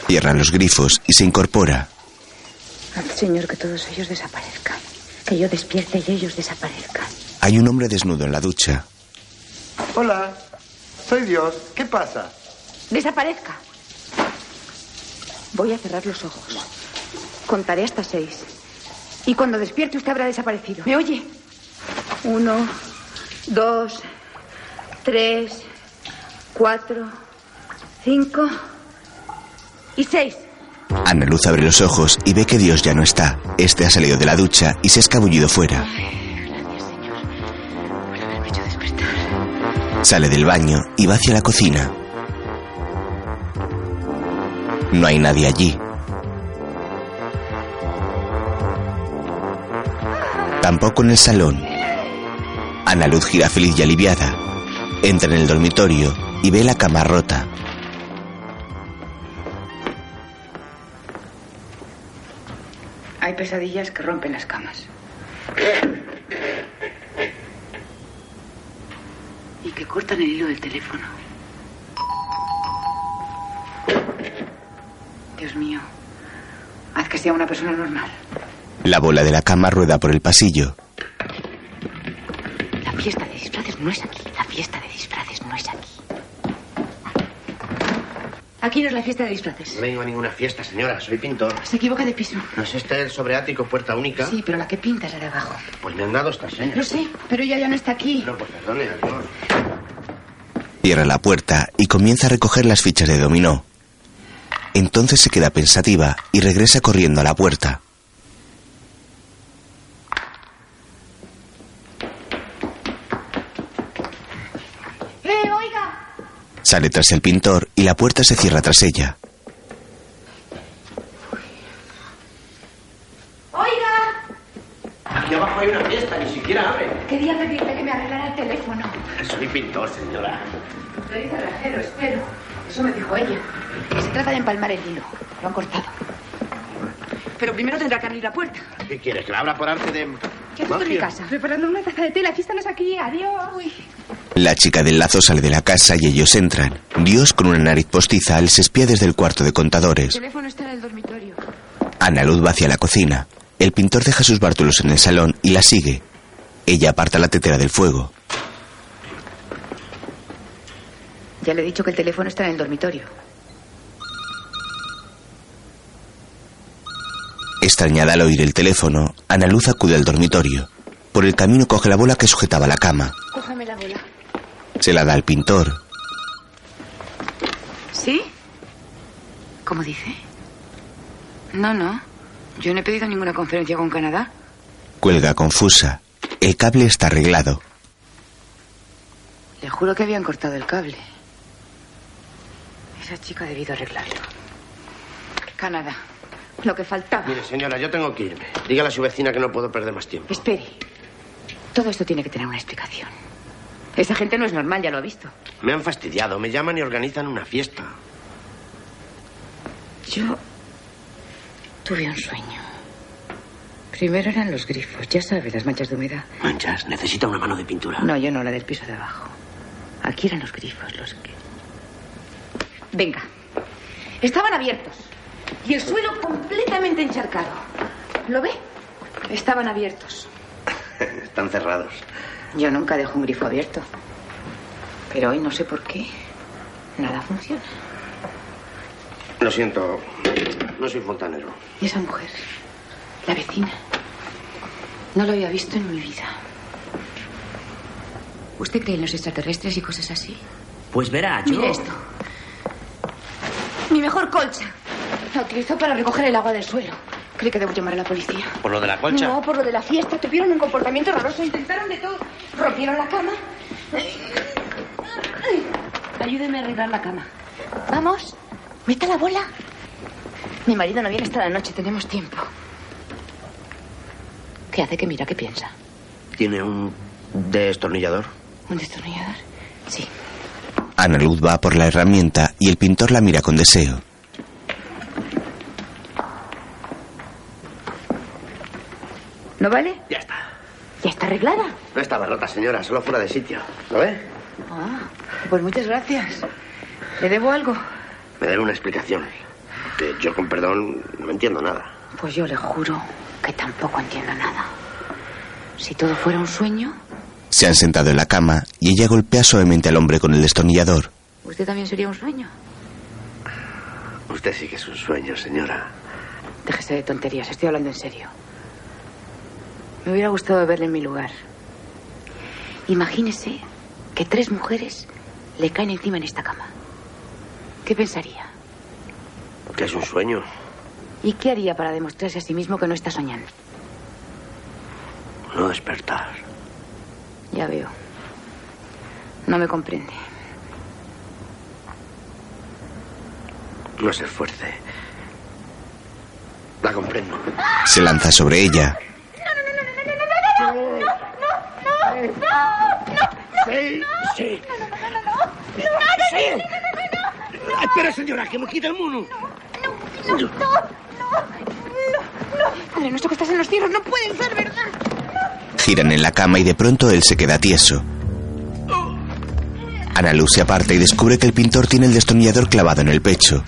S1: Cierra los grifos y se incorpora.
S10: Haz, Señor, que todos ellos desaparezcan. Que yo despierte y ellos desaparezcan.
S1: Hay un hombre desnudo en la ducha.
S19: Hola, soy Dios. ¿Qué pasa?
S10: Desaparezca. Voy a cerrar los ojos. Contaré hasta seis. Y cuando despierte usted habrá desaparecido. ¿Me oye? Uno, dos, tres, cuatro, cinco y seis.
S1: Ana Luz abre los ojos y ve que Dios ya no está. Este ha salido de la ducha y se ha escabullido fuera. Sale del baño y va hacia la cocina. No hay nadie allí. Tampoco en el salón. Ana Luz gira feliz y aliviada. Entra en el dormitorio y ve la cama rota.
S10: Hay pesadillas que rompen las camas.
S5: Y que cortan el hilo del teléfono.
S10: Dios mío. Haz que sea una persona normal.
S1: La bola de la cama rueda por el pasillo.
S25: La fiesta de disfraces no es aquí. La fiesta de disfraces no es aquí.
S10: Aquí no es la fiesta de disfraces.
S26: No vengo a ninguna fiesta, señora. Soy pintor.
S10: Se equivoca de piso.
S26: ¿No es este el sobreático, puerta única?
S10: Sí, pero la que pinta es la de abajo.
S26: Pues me han dado estas señas.
S10: Lo sé, pero ella ya no está aquí.
S26: No, pues perdone, adiós.
S1: Cierra la puerta y comienza a recoger las fichas de dominó. Entonces se queda pensativa y regresa corriendo a la puerta.
S3: ¡Eh, oiga!
S1: Sale tras el pintor y la puerta se cierra tras ella.
S3: ¡Oiga!
S26: Aquí abajo hay una fiesta, ni siquiera abre.
S10: Quería pedirte que me arreglara el teléfono.
S26: Soy pintor, señora.
S10: Lo hizo el ajero, espero. Eso me dijo ella. Se trata de empalmar el hilo. Lo han cortado. pero primero tendrá que abrir la puerta.
S26: ¿Qué quieres? ¿Que la abra por arte de.
S10: Ya estoy por mi
S26: magia?
S10: casa. Preparando una taza de té. La fiesta no es aquí. Adiós. Uy.
S1: La chica del lazo sale de la casa y ellos entran. Dios, con una nariz postiza, les espía desde el cuarto de
S10: El
S1: contadores.
S10: teléfono está en el dormitorio.
S1: Ana Luz va hacia la cocina. El pintor deja sus bártulos en el salón y la sigue. Ella aparta la tetera del fuego.
S10: Ya le he dicho que el teléfono está en el dormitorio.
S1: Extrañada al oír el teléfono, Ana Luz acude al dormitorio. Por el camino coge la bola que sujetaba la cama.
S10: Cójame la bola.
S1: Se la da al pintor.
S10: ¿Sí? ¿Cómo dice? No, no. Yo no he pedido ninguna conferencia con Canadá.
S1: Cuelga confusa. El cable está arreglado.
S10: Le juro que habían cortado el cable. Esa chica ha debido arreglarlo. Canadá. Lo que faltaba.
S26: Mire, señora, yo tengo que irme. Dígale a su vecina que no puedo perder más tiempo.
S10: Espere. Todo esto tiene que tener una explicación. Esa gente no es normal, ya lo ha visto.
S26: Me han fastidiado. Me llaman y organizan una fiesta.
S10: Yo tuve un sueño. Primero eran los grifos, ya sabes, las manchas de humedad.
S26: Manchas, necesita una mano de pintura.
S10: No, yo no, la del piso de abajo. Aquí eran los grifos, los que... Venga. Estaban abiertos. Y el suelo completamente encharcado. ¿Lo ve? Estaban abiertos.
S26: Están cerrados.
S10: Yo nunca dejo un grifo abierto. Pero hoy no sé por qué. Nada funciona.
S26: Lo siento. No soy fontanero.
S10: Y esa mujer, la vecina, no lo había visto en mi vida. ¿Usted cree en los extraterrestres y cosas así?
S4: Pues verá, yo.
S10: Mire esto. Mi mejor colcha. La utilizó para recoger el agua del suelo. Cree que debo llamar a la policía.
S26: Por lo de la colcha.
S10: No, por lo de la fiesta. Tuvieron un comportamiento horroroso. Intentaron de todo. Rompieron la cama. Ayúdeme a arreglar la cama. Vamos. Meta la bola. Mi marido no viene hasta la noche. Tenemos tiempo. ¿Qué hace? ¿Qué mira? ¿Qué piensa?
S26: ¿Tiene un destornillador?
S10: ¿Un destornillador? Sí.
S1: Ana Luz va por la herramienta y el pintor la mira con deseo.
S10: ¿No vale?
S26: Ya está.
S10: Ya está arreglada.
S26: No estaba rota, señora. Solo fuera de sitio. ¿Lo ve?
S10: Ah, pues muchas gracias. ¿Le debo algo?
S26: Me daré una explicación. Eh, Yo, con perdón, no entiendo nada.
S10: Pues yo le juro que tampoco entiendo nada. Si todo fuera un sueño,
S1: Se han sentado en la cama y ella golpea suavemente al hombre con el destornillador.
S10: usted también sería un sueño.
S26: Usted sí que es un sueño, señora.
S10: Déjese de tonterías, estoy hablando en serio. Me hubiera gustado verle en mi lugar. Imagínese que tres mujeres le caen encima en esta cama. ¿Qué pensaría?
S26: Que es un sueño.
S10: ¿Y qué haría para demostrarse a sí mismo que no está soñando?
S26: No despertar.
S10: Ya veo. No me comprende.
S26: No se esfuerce. La comprendo.
S1: Se lanza sobre ella.
S26: Sí, sí. Sí. Ah, Espera, señora, que me quita el mono.
S3: No, no, no, no.
S10: Padre nuestro que estás en los cielos, no pueden ser verdad.
S1: Giran en la cama y de pronto él se queda tieso. Ana Luz se aparta y descubre que el pintor tiene el destornillador clavado en el pecho.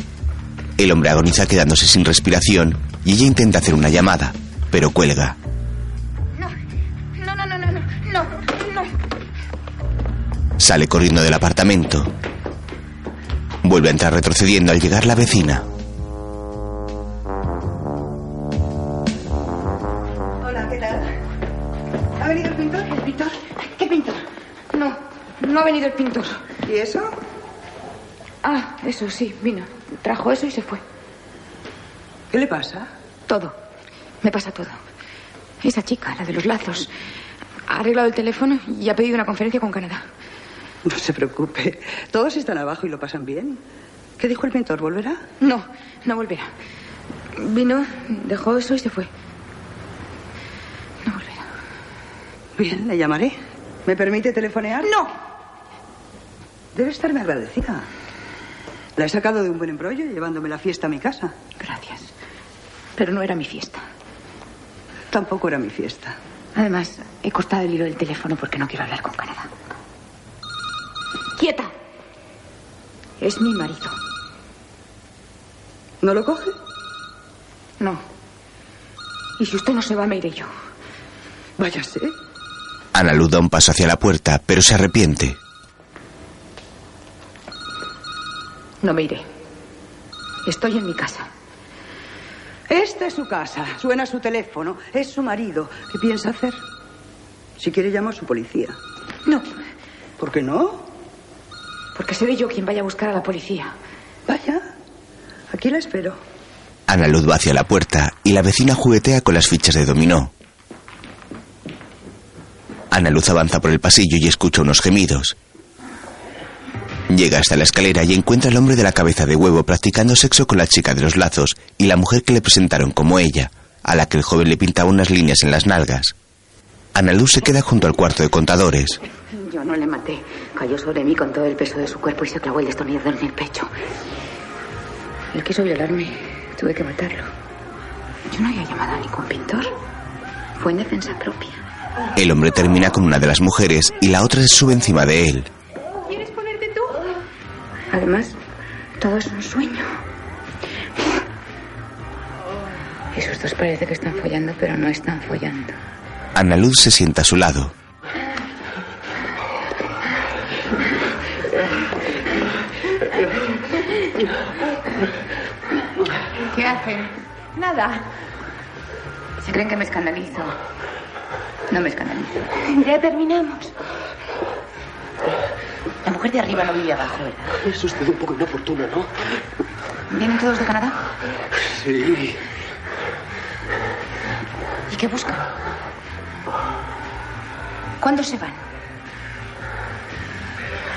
S1: El hombre agoniza quedándose sin respiración y ella intenta hacer una llamada, pero cuelga.
S3: No, no, no, no, no, no, no.
S1: Sale corriendo del apartamento. Vuelve a entrar retrocediendo al llegar la vecina.
S8: Hola, ¿qué tal? ¿Ha venido el pintor?
S10: ¿El pintor? ¿Qué pintor? No, no ha venido el pintor.
S8: ¿Y eso?
S10: Ah, eso sí, vino. Trajo eso y se fue.
S8: ¿Qué le pasa?
S10: Todo. Me pasa todo. Esa chica, la de los lazos, ha arreglado el teléfono y ha pedido una conferencia con Canadá.
S8: No se preocupe. Todos están abajo y lo pasan bien. ¿Qué dijo el pintor? ¿Volverá?
S10: No, no volverá. Vino, dejó eso y se fue.
S8: Bien, le llamaré. ¿Me permite telefonear?
S10: ¡No!
S8: Debe estarme agradecida. La he sacado de un buen embrollo llevándome la fiesta a mi casa.
S10: Gracias. Pero no era mi fiesta.
S8: Tampoco era mi fiesta.
S10: Además, he cortado el hilo del teléfono porque no quiero hablar con Canadá. ¡Quieta! Es mi marido.
S8: ¿No lo coge?
S10: No. Y si usted no se va, me iré yo.
S8: Váyase.
S1: Ana Luz da un paso hacia la puerta, pero se arrepiente.
S10: No me iré. Estoy en mi casa.
S8: Esta es su casa. Suena su teléfono. Es su marido. ¿Qué piensa hacer? Si quiere, llama a su policía.
S10: No.
S8: ¿Por qué no?
S10: Porque seré yo quien vaya a buscar a la policía.
S8: Vaya. Aquí la espero.
S1: Ana Luz va hacia la puerta y la vecina juguetea con las fichas de dominó. Ana Luz avanza por el pasillo y escucha unos gemidos. Llega hasta la escalera y encuentra al hombre de la cabeza de huevo practicando sexo con la chica de los lazos y la mujer que le presentaron como ella, a la que el joven le pintaba unas líneas en las nalgas. Ana Luz se queda junto al cuarto de contadores.
S27: Yo no le maté. Cayó sobre mí con todo el peso de su cuerpo y se clavó el destornillador en el pecho.
S10: Él quiso violarme. Tuve que matarlo.
S27: Yo no había llamado a ningún pintor. Fue en defensa propia.
S1: El hombre termina con una de las mujeres y la otra se sube encima de él.
S24: ¿Quieres ponerte tú?
S27: Además, todo es un sueño.
S10: Esos dos parece que están follando, pero no están follando.
S1: Ana Luz se sienta a su lado.
S10: ¿Qué hacen?
S24: Nada.
S10: Se creen que me escandalizo. No me escandalizo.
S24: Ya terminamos.
S10: La mujer de arriba no vive abajo, ¿verdad?
S26: Es usted un poco inoportuno, ¿no?
S10: ¿Vienen todos de Canadá?
S26: Sí.
S10: ¿Y qué buscan? ¿Cuándo se van?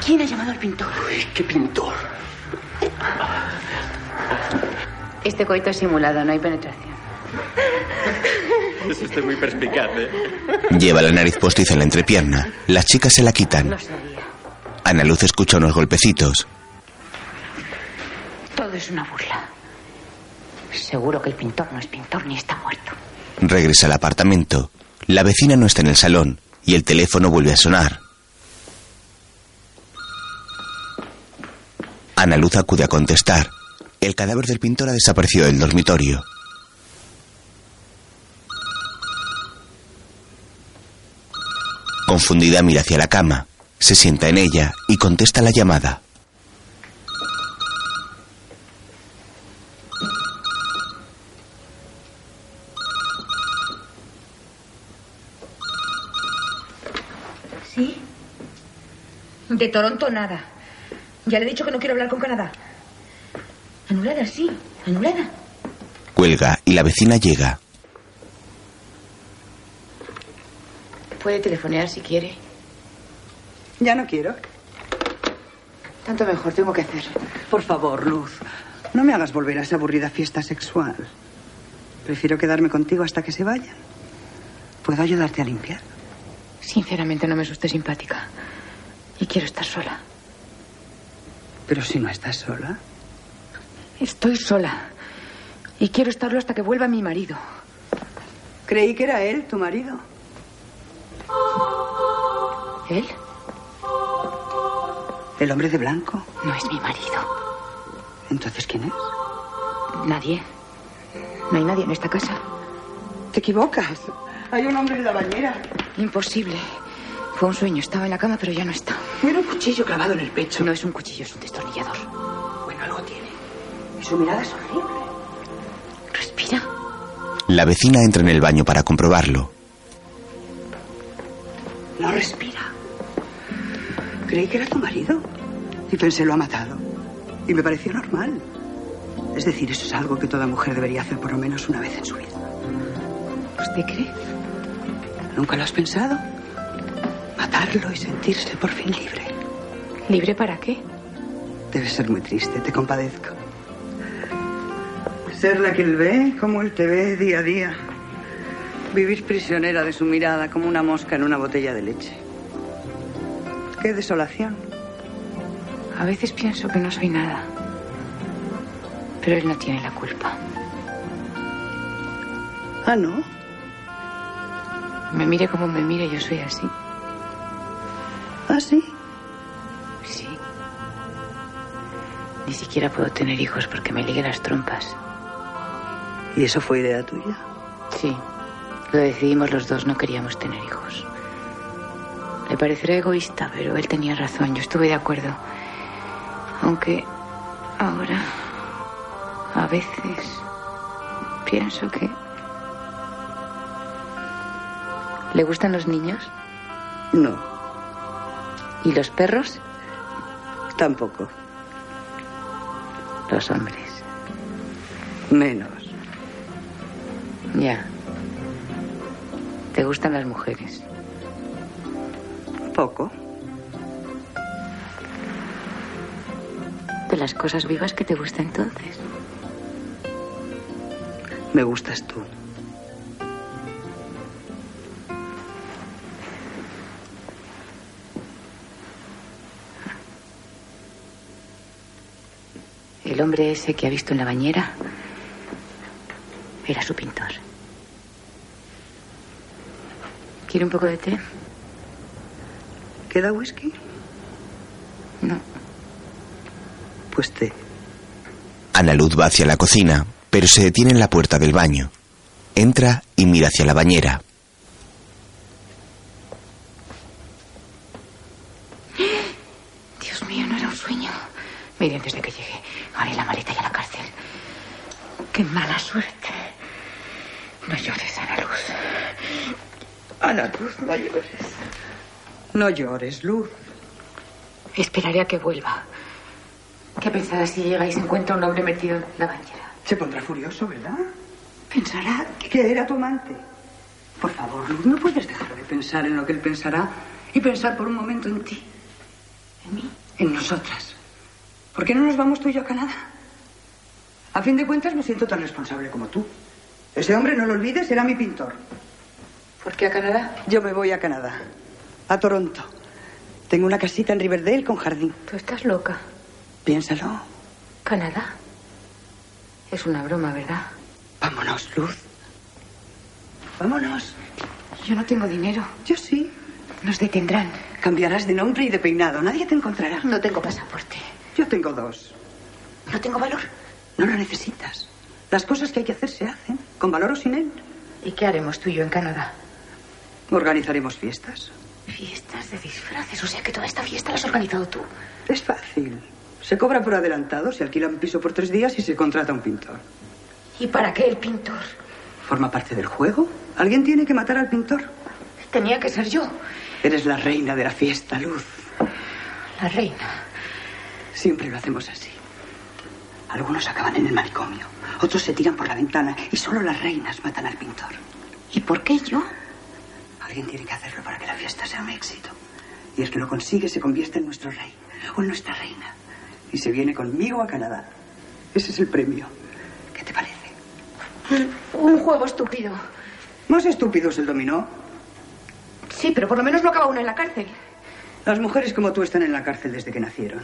S10: ¿Quién ha llamado al pintor?
S26: Uy, ¿Qué pintor?
S10: Este coito es simulado, no hay penetración.
S21: Es usted muy perspicaz, ¿eh?
S1: Lleva la nariz postiza en la entrepierna. Las chicas se la quitan.
S10: Lo sabía.
S1: Ana Luz escucha unos golpecitos.
S27: Todo es una burla. Seguro que el pintor no es pintor ni está muerto.
S1: Regresa al apartamento. La vecina no está en el salón y el teléfono vuelve a sonar. Ana Luz acude a contestar. El cadáver del pintor ha desaparecido del dormitorio. Confundida mira hacia la cama, se sienta en ella y contesta la llamada.
S10: ¿Sí? De Toronto nada. Ya le he dicho que no quiero hablar con Canadá. Anulada, sí, anulada.
S1: Cuelga y la vecina llega.
S10: Puede telefonear si quiere.
S8: Ya no quiero.
S10: Tanto mejor tengo que hacer.
S8: Por favor, Luz, no me hagas volver a esa aburrida fiesta sexual. Prefiero quedarme contigo hasta que se vayan. ¿Puedo ayudarte a limpiar?
S10: Sinceramente no me es usted simpática. Y quiero estar sola.
S8: Pero si no estás sola.
S10: Estoy sola. Y quiero estarlo hasta que vuelva mi marido.
S8: Creí que era él, tu marido.
S10: ¿Él?
S8: El hombre de blanco.
S10: No es mi marido.
S8: Entonces, ¿quién es?
S10: Nadie. No hay nadie en esta casa.
S8: Te equivocas. Hay un hombre en la bañera.
S10: Imposible. Fue un sueño. Estaba en la cama, pero ya no está.
S8: Tiene un cuchillo clavado en el pecho.
S10: No es un cuchillo, es un destornillador.
S8: Bueno, algo tiene. Y su mirada es horrible.
S10: Respira.
S1: La vecina entra en el baño para comprobarlo.
S8: No respira. Creí que era tu marido. Y pensé, lo ha matado. Y me pareció normal. Es decir, eso es algo que toda mujer debería hacer por lo menos una vez en su vida.
S10: ¿Usted cree?
S8: ¿Nunca lo has pensado? Matarlo y sentirse por fin libre.
S10: ¿Libre para qué?
S8: Debe ser muy triste, te compadezco. Ser la que él ve, como él te ve día a día. Vivir prisionera de su mirada como una mosca en una botella de leche. Qué desolación.
S10: A veces pienso que no soy nada. Pero él no tiene la culpa.
S8: Ah, ¿no?
S10: Me mire como me mire, yo soy así.
S8: ¿Ah, sí?
S10: Sí. Ni siquiera puedo tener hijos porque me ligue las trompas.
S8: ¿Y eso fue idea tuya?
S10: Sí. Lo decidimos los dos, no queríamos tener hijos. Le parecerá egoísta, pero él tenía razón, yo estuve de acuerdo. Aunque ahora, a veces, pienso que... ¿Le gustan los niños?
S8: No,
S10: ¿Y los perros?
S8: tampoco.
S10: Los hombres.
S8: Menos.
S10: Ya. ¿Te gustan las mujeres?
S8: Poco.
S10: De las cosas vivas que te gusta entonces.
S8: Me gustas tú.
S10: El hombre ese que ha visto en la bañera era su pintor. ¿Quiere un poco de té?
S8: ¿Queda whisky?
S10: No.
S8: Pues te.
S1: Ana Luz va hacia la cocina, pero se detiene en la puerta del baño. Entra y mira hacia la bañera.
S10: Dios mío, no era un sueño. Me iré antes de que llegue. Haré la maleta y a la cárcel. Qué mala suerte. No llores, Ana Luz. Ana Luz, no llores.
S8: No llores, Luz.
S10: Esperaré a que vuelva. ¿Qué pensará si llega y se encuentra un hombre metido en la bañera?
S8: Se pondrá furioso, ¿verdad?
S10: Pensará
S8: que era tu amante. Por favor, Luz, no puedes dejar de pensar en lo que él pensará y pensar por un momento en ti.
S10: ¿En mí?
S8: En nosotras. ¿Por qué no nos vamos tú y yo a Canadá? A fin de cuentas me siento tan responsable como tú. Ese hombre, no lo olvides, era mi pintor.
S10: ¿Por qué a Canadá?
S8: Yo me voy a Canadá, a Toronto. Tengo una casita en Riverdale con jardín.
S10: Tú estás loca.
S8: Piénsalo.
S10: ¿Canadá? Es una broma, ¿verdad?
S8: Vámonos, Luz. Vámonos.
S10: Yo no tengo dinero.
S8: Yo sí.
S10: Nos detendrán.
S8: Cambiarás de nombre y de peinado. Nadie te encontrará.
S10: No tengo pasaporte.
S8: Yo tengo dos.
S10: No tengo valor.
S8: No lo necesitas. Las cosas que hay que hacer se hacen, con valor o sin él.
S10: ¿Y qué haremos tú y yo en Canadá?
S8: Organizaremos fiestas.
S10: Fiestas de disfraces. O sea que toda esta fiesta la has organizado tú.
S8: Es fácil. Se cobra por adelantado, se alquila un piso por tres días y se contrata un pintor.
S10: ¿Y para qué el pintor?
S8: ¿Forma parte del juego? Alguien tiene que matar al pintor.
S10: Tenía que ser yo,
S8: Eres la reina de la fiesta, Luz.
S10: la reina.
S8: Siempre lo hacemos así. Algunos acaban en el manicomio, otros se tiran por la ventana y solo las reinas matan al pintor.
S10: ¿Y por qué yo?
S8: Alguien tiene que hacerlo para que la fiesta sea un éxito. Y el que lo consigue se convierte en nuestro rey o en nuestra reina. Y se viene conmigo a Canadá. Ese es el premio. ¿Qué te parece?
S10: Mm, Un juego estúpido.
S8: Más estúpido es el dominó.
S10: Sí, pero por lo menos no acaba uno en la cárcel.
S8: Las mujeres como tú están en la cárcel desde que nacieron.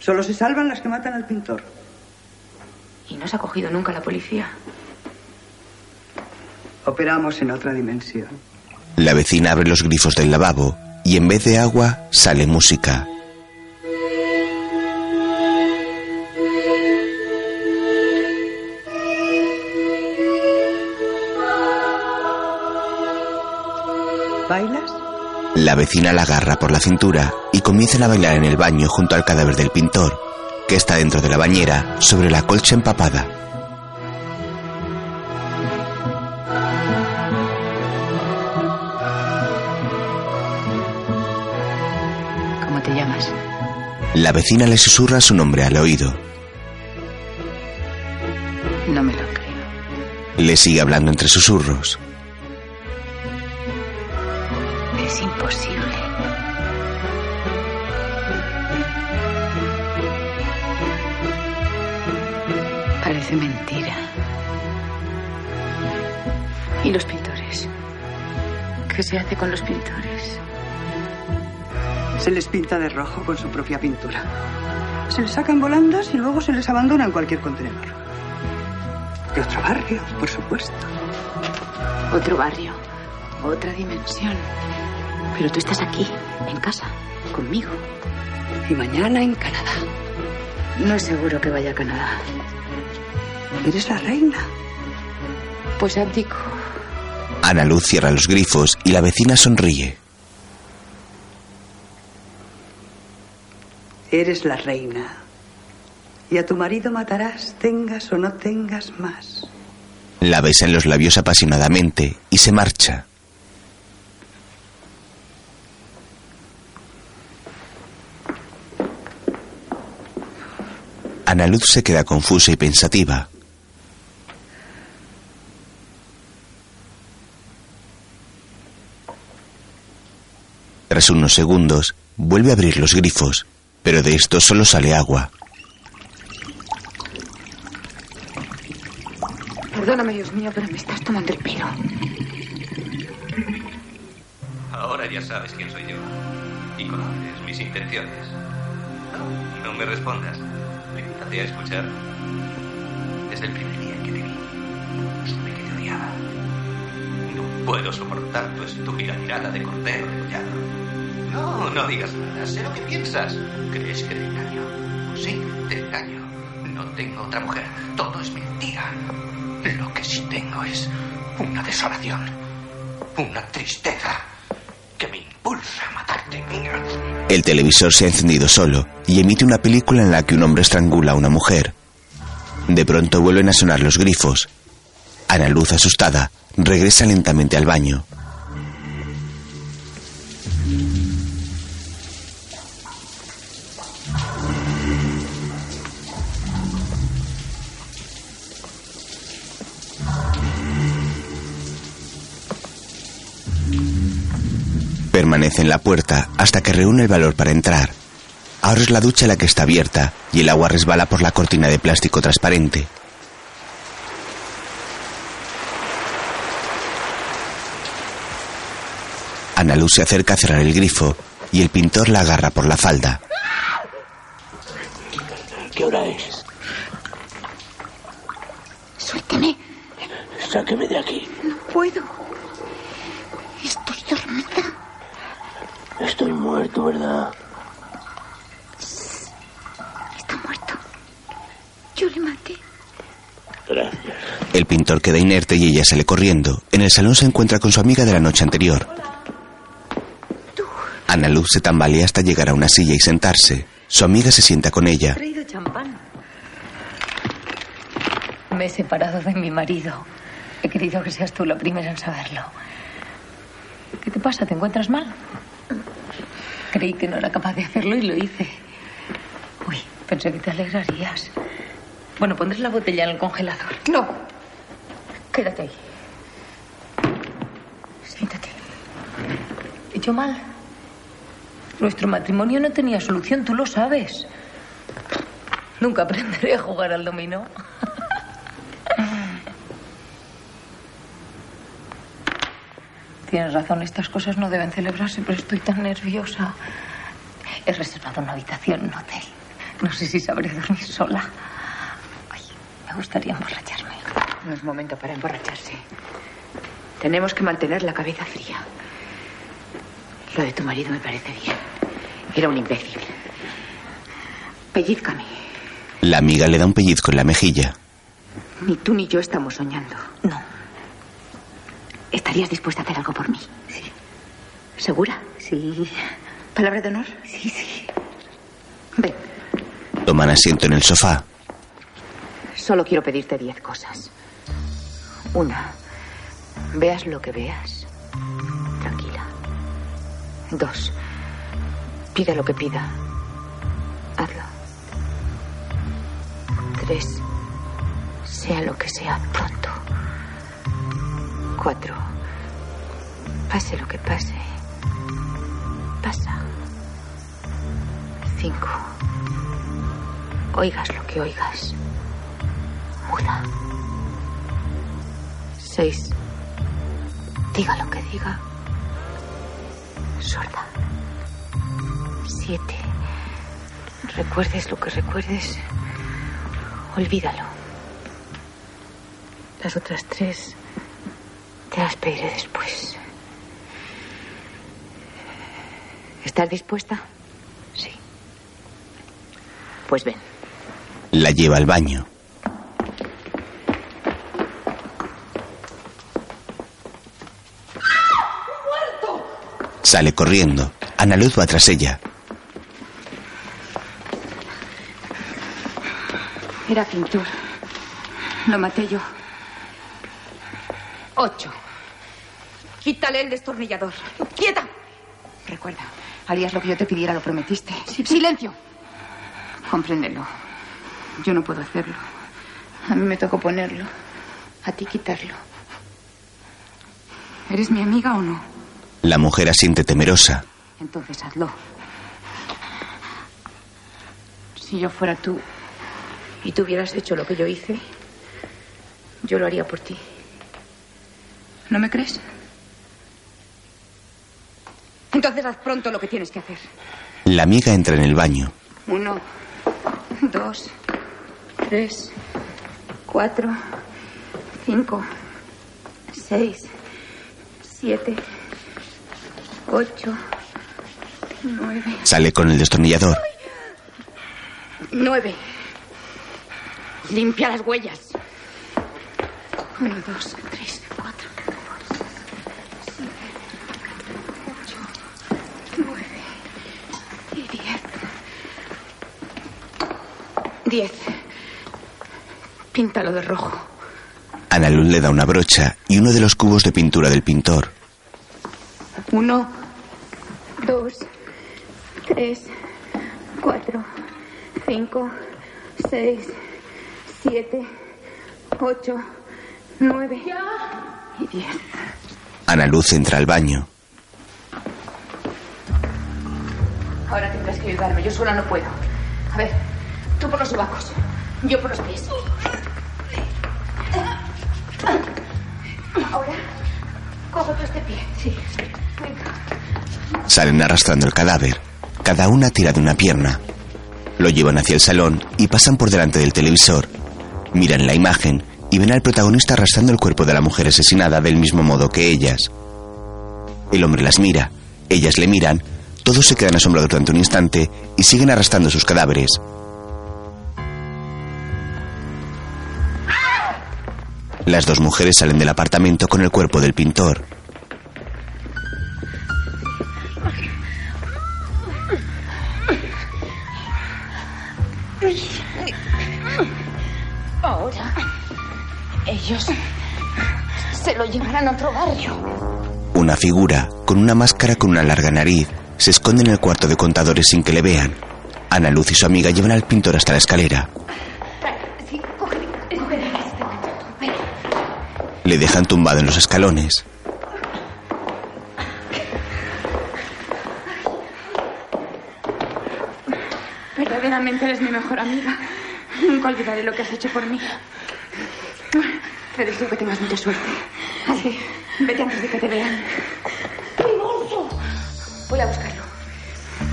S8: Solo se salvan las que matan al pintor.
S10: ¿Y no se ha cogido nunca la policía?
S8: Operamos en otra dimensión.
S1: La vecina abre los grifos del lavabo y en vez de agua sale música.
S8: ¿Bailas?
S1: La vecina la agarra por la cintura y comienzan a bailar en el baño junto al cadáver del pintor, que está dentro de la bañera sobre la colcha empapada.
S10: ¿Cómo te llamas?
S1: La vecina le susurra su nombre al oído.
S10: No me lo creo.
S1: Le sigue hablando entre susurros.
S10: Es imposible. Parece mentira. ¿Y los pintores? ¿Qué se hace con los pintores?
S8: Se les pinta de rojo con su propia pintura. Se les sacan volandas y luego se les abandona en cualquier contenedor. De otro barrio, por supuesto.
S28: Otro barrio, otra dimensión. Pero tú estás aquí, en casa, conmigo. Y mañana en Canadá. No es seguro que vaya a Canadá.
S8: Eres la reina.
S28: Pues abdico.
S1: Ana Luz cierra los grifos y la vecina sonríe.
S8: Eres la reina. Y a tu marido matarás, tengas o no tengas más.
S1: La besa en los labios apasionadamente y se marcha. Ana Luz se queda confusa y pensativa. Tras unos segundos, vuelve a abrir los grifos, pero de estos solo sale agua.
S28: Perdóname, Dios mío, pero me estás tomando el pelo.
S12: Ahora ya sabes quién soy yo. Y conoces mis intenciones. No, no me respondas. Limítate a escuchar. Desde el primer día que te vi, supe que te odiaba. No puedo soportar tu estúpida mirada de cordero degollado. No, no digas nada. Sé lo que piensas. ¿Crees que te engaño? Sí, te engaño. No tengo otra mujer. Todo es mentira. Lo que sí tengo es una desolación, una tristeza que me impulsa a matarte.
S1: El televisor se ha encendido solo y emite una película en la que un hombre estrangula a una mujer. De pronto vuelven a sonar los grifos. Ana Luz, asustada, regresa lentamente al baño. Permanece en la puerta hasta que reúne el valor para entrar. Ahora es la ducha la que está abierta y el agua resbala por la cortina de plástico transparente. Ana Luz se acerca a cerrar el grifo y el pintor la agarra por la falda.
S9: ¿Qué hora es?
S28: Suélteme,
S9: Sáqueme de aquí.
S28: no puedo. Estoy dormida.
S9: Estoy muerto, ¿verdad?
S28: Está muerto. Yo le maté.
S9: Gracias.
S1: El pintor queda inerte y ella sale corriendo. En el salón se encuentra con su amiga de la noche anterior. Ana Luz se tambalea hasta llegar a una silla y sentarse. Su amiga se sienta con
S10: He
S1: ella.
S10: traído champán. Me he separado de mi marido. He querido que seas tú la primera en saberlo. ¿Qué te pasa? ¿Te encuentras mal? Creí que no era capaz de hacerlo y lo hice. Uy, pensé que te alegrarías. Bueno, pondré la botella en el congelador. No. Quédate ahí. Siéntate. ¿He hecho mal? Nuestro matrimonio no tenía solución, tú lo sabes. Nunca aprenderé a jugar al dominó. Tienes razón, estas cosas no deben celebrarse, pero estoy tan nerviosa. He reservado una habitación en un hotel. No sé si sabré dormir sola. Ay, me gustaría emborracharme.
S29: No es momento para emborracharse. Tenemos que mantener la cabeza fría. Lo de tu marido me parece bien. Era un imbécil. Pellizcame.
S1: La amiga le da un pellizco en la mejilla.
S28: Ni tú ni yo estamos soñando. No. ¿Estarías dispuesta a hacer algo por mí? Sí. ¿Segura? Sí. ¿Palabra de honor? Sí, sí. Ven,
S1: Toman asiento en el sofá.
S29: Solo quiero pedirte diez cosas. Una, veas lo que veas, tranquila. Dos, pida lo que pida, hazlo. Tres, sea lo que sea pronto. Cuatro, pase lo que pase, pasa. Cinco, oigas lo que oigas. Muda. Seis. Diga lo que diga. Sorda. Siete. Recuerdes lo que recuerdes. Olvídalo. Las otras tres.
S10: Las pediré después. ¿Estás dispuesta? Sí. Pues ven.
S1: La lleva al baño. Sale corriendo. Ana Luz va tras ella.
S10: Era pintor. Lo maté yo.
S30: Ocho. Quítale el destornillador. ¡Quieta!
S10: Recuerda, harías lo que yo te pidiera, lo prometiste.
S30: ¡Silencio!
S10: Compréndelo. Yo no puedo hacerlo. A mí me tocó ponerlo. A ti quitarlo. ¿Eres mi amiga o no?
S1: La mujer asiente temerosa.
S10: Entonces hazlo. Si yo fuera tú y tú hubieras hecho lo que yo hice, yo lo haría por ti. ¿No me crees?
S30: Entonces haz pronto lo que tienes que hacer.
S1: La amiga entra en el baño.
S10: Uno, dos, tres, cuatro, cinco, seis, siete, ocho, nueve.
S1: Sale con el destornillador.
S10: Nueve. Limpia las huellas. Uno, dos, tres, cuatro, cinco, siete, ocho, nueve y diez. Diez. Píntalo de rojo.
S1: Ana Luz le da una brocha y uno de los cubos de pintura del pintor.
S10: Uno, dos, tres, cuatro, cinco, seis, siete, ocho, nueve y diez.
S1: Ana Luz entra al baño.
S10: Ahora tendrás que ayudarme. Yo sola no puedo. A ver, tú por los sobacos, yo por los pies. Ahora, cojo tú este pie. Sí.
S1: Salen arrastrando el cadáver. Cada una tira de una pierna. Lo llevan hacia el salón y pasan por delante del televisor. Miran la imagen y ven al protagonista arrastrando el cuerpo de la mujer asesinada del mismo modo que ellas. El hombre las mira, ellas le miran, todos se quedan asombrados durante un instante y siguen arrastrando sus cadáveres. Las dos mujeres salen del apartamento con el cuerpo del pintor.
S30: Ahora, ellos se lo llevarán a otro barrio.
S1: Una figura, con una máscara con una larga nariz, se esconde en el cuarto de contadores sin que le vean. Ana Luz y su amiga llevan al pintor hasta la escalera.
S30: Sí, cógele, cógele. Ven.
S1: Le dejan tumbado en los escalones.
S10: Verdaderamente eres mi mejor amiga. Nunca olvidaré lo que has hecho por mí. Te deseo que tengas mucha suerte. Así, vete antes de que te vean.
S30: ¡Mi bolso!
S10: Voy a buscarlo.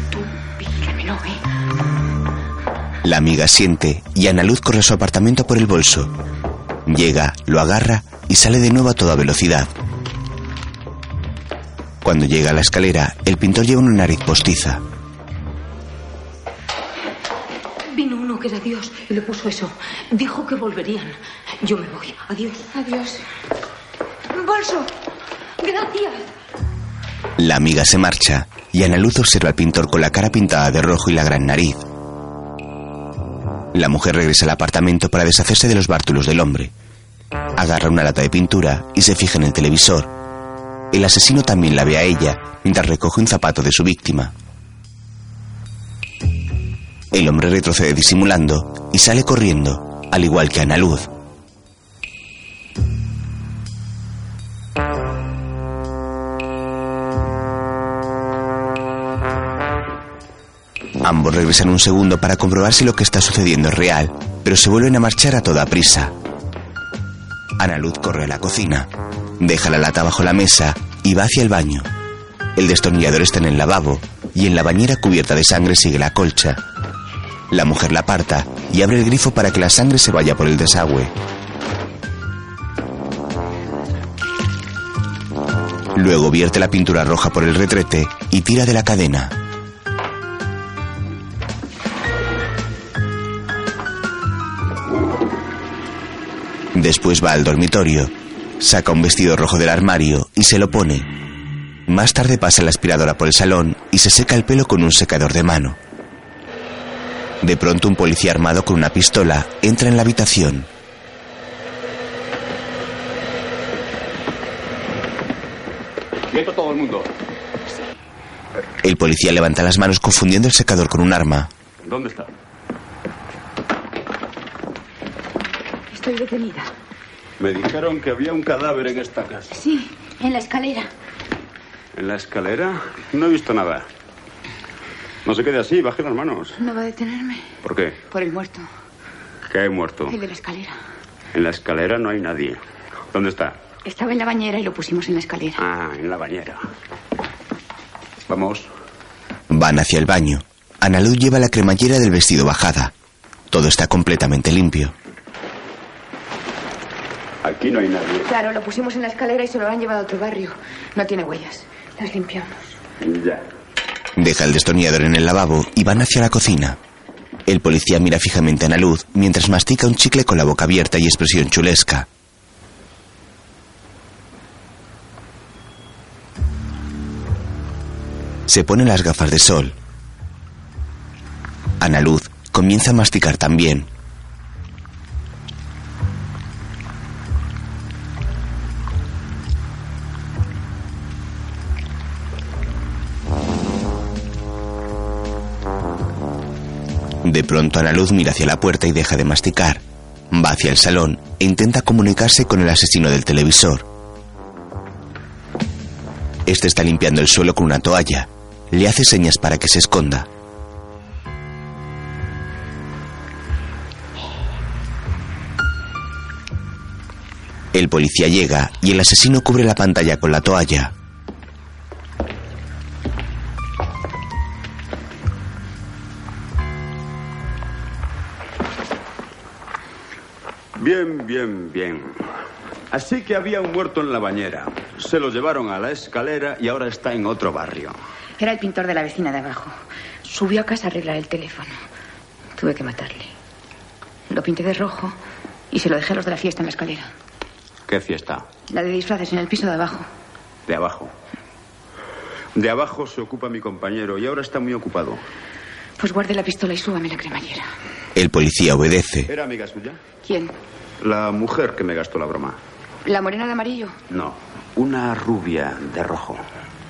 S10: Tú vigílamelo, ¿eh?
S1: La amiga siente y Ana Luz corre a su apartamento por el bolso. Llega, lo agarra y sale de nuevo a toda velocidad. Cuando llega a la escalera, el pintor lleva una nariz postiza.
S31: Vino uno que era Dios y le puso eso. Dijo que volverían. Yo me voy. Adiós.
S30: Adiós. Bolso. Gracias.
S1: La amiga se marcha y Ana Luz observa al pintor con la cara pintada de rojo y la gran nariz. La mujer regresa al apartamento para deshacerse de los bártulos del hombre. Agarra una lata de pintura y se fija en el televisor. El asesino también la ve a ella mientras recoge un zapato de su víctima. El hombre retrocede disimulando y sale corriendo, al igual que Ana Luz. Ambos regresan un segundo para comprobar si lo que está sucediendo es real, pero se vuelven a marchar a toda prisa. Ana Luz corre a la cocina, deja la lata bajo la mesa y va hacia el baño. El destornillador está en el lavabo y en la bañera cubierta de sangre sigue la colcha. La mujer la aparta y abre el grifo para que la sangre se vaya por el desagüe. Luego vierte la pintura roja por el retrete y tira de la cadena. Después va al dormitorio, saca un vestido rojo del armario y se lo pone. Más tarde pasa la aspiradora por el salón y se seca el pelo con un secador de mano. De pronto un policía armado con una pistola entra en la habitación.
S2: Quieto todo el mundo.
S1: El policía levanta las manos confundiendo el secador con un arma.
S2: ¿Dónde está?
S30: Estoy detenida.
S2: Me dijeron que había un cadáver en esta casa.
S30: Sí, en la escalera.
S2: ¿En la escalera? No he visto nada. No se quede así, baje las manos.
S10: No va a detenerme.
S2: ¿Por qué?
S10: Por el muerto.
S2: Que hay muerto.
S10: El de la escalera.
S2: En la escalera no hay nadie. ¿Dónde está?
S10: Estaba en la bañera y lo pusimos en la escalera.
S2: Ah, en la bañera. Vamos.
S1: Van hacia el baño. Analu lleva la cremallera del vestido bajada. Todo está completamente limpio.
S2: Aquí no hay nadie.
S10: Claro, lo pusimos en la escalera y se lo han llevado a otro barrio. No tiene huellas. Las limpiamos.
S2: Ya.
S1: Deja el destornillador en el lavabo y van hacia la cocina. El policía mira fijamente a Analu mientras mastica un chicle con la boca abierta y expresión chulesca. Se pone las gafas de sol. Ana Luz comienza a masticar también. De pronto Ana Luz mira hacia la puerta y deja de masticar. Va hacia el salón e intenta comunicarse con el asesino del televisor. Este está limpiando el suelo con una toalla. Le hace señas para que se esconda. El policía llega y el asesino cubre la pantalla con la toalla.
S2: Bien, bien, bien. Así que había un muerto en la bañera. Se lo llevaron a la escalera y ahora está en otro barrio.
S10: Era el pintor de la vecina de abajo. Subió a casa a arreglar el teléfono. Tuve que matarle. Lo pinté de rojo y se lo dejé a los de la fiesta en la escalera.
S2: ¿Qué fiesta?
S10: La de disfraces en el piso de abajo.
S2: De abajo. De abajo se ocupa mi compañero y ahora está muy ocupado.
S10: Pues guarde la pistola y súbame la cremallera.
S1: El policía obedece.
S2: ¿Era amiga suya?
S10: ¿Quién?
S2: La mujer que me gastó la broma.
S10: ¿La morena de amarillo?
S2: No, una rubia de rojo.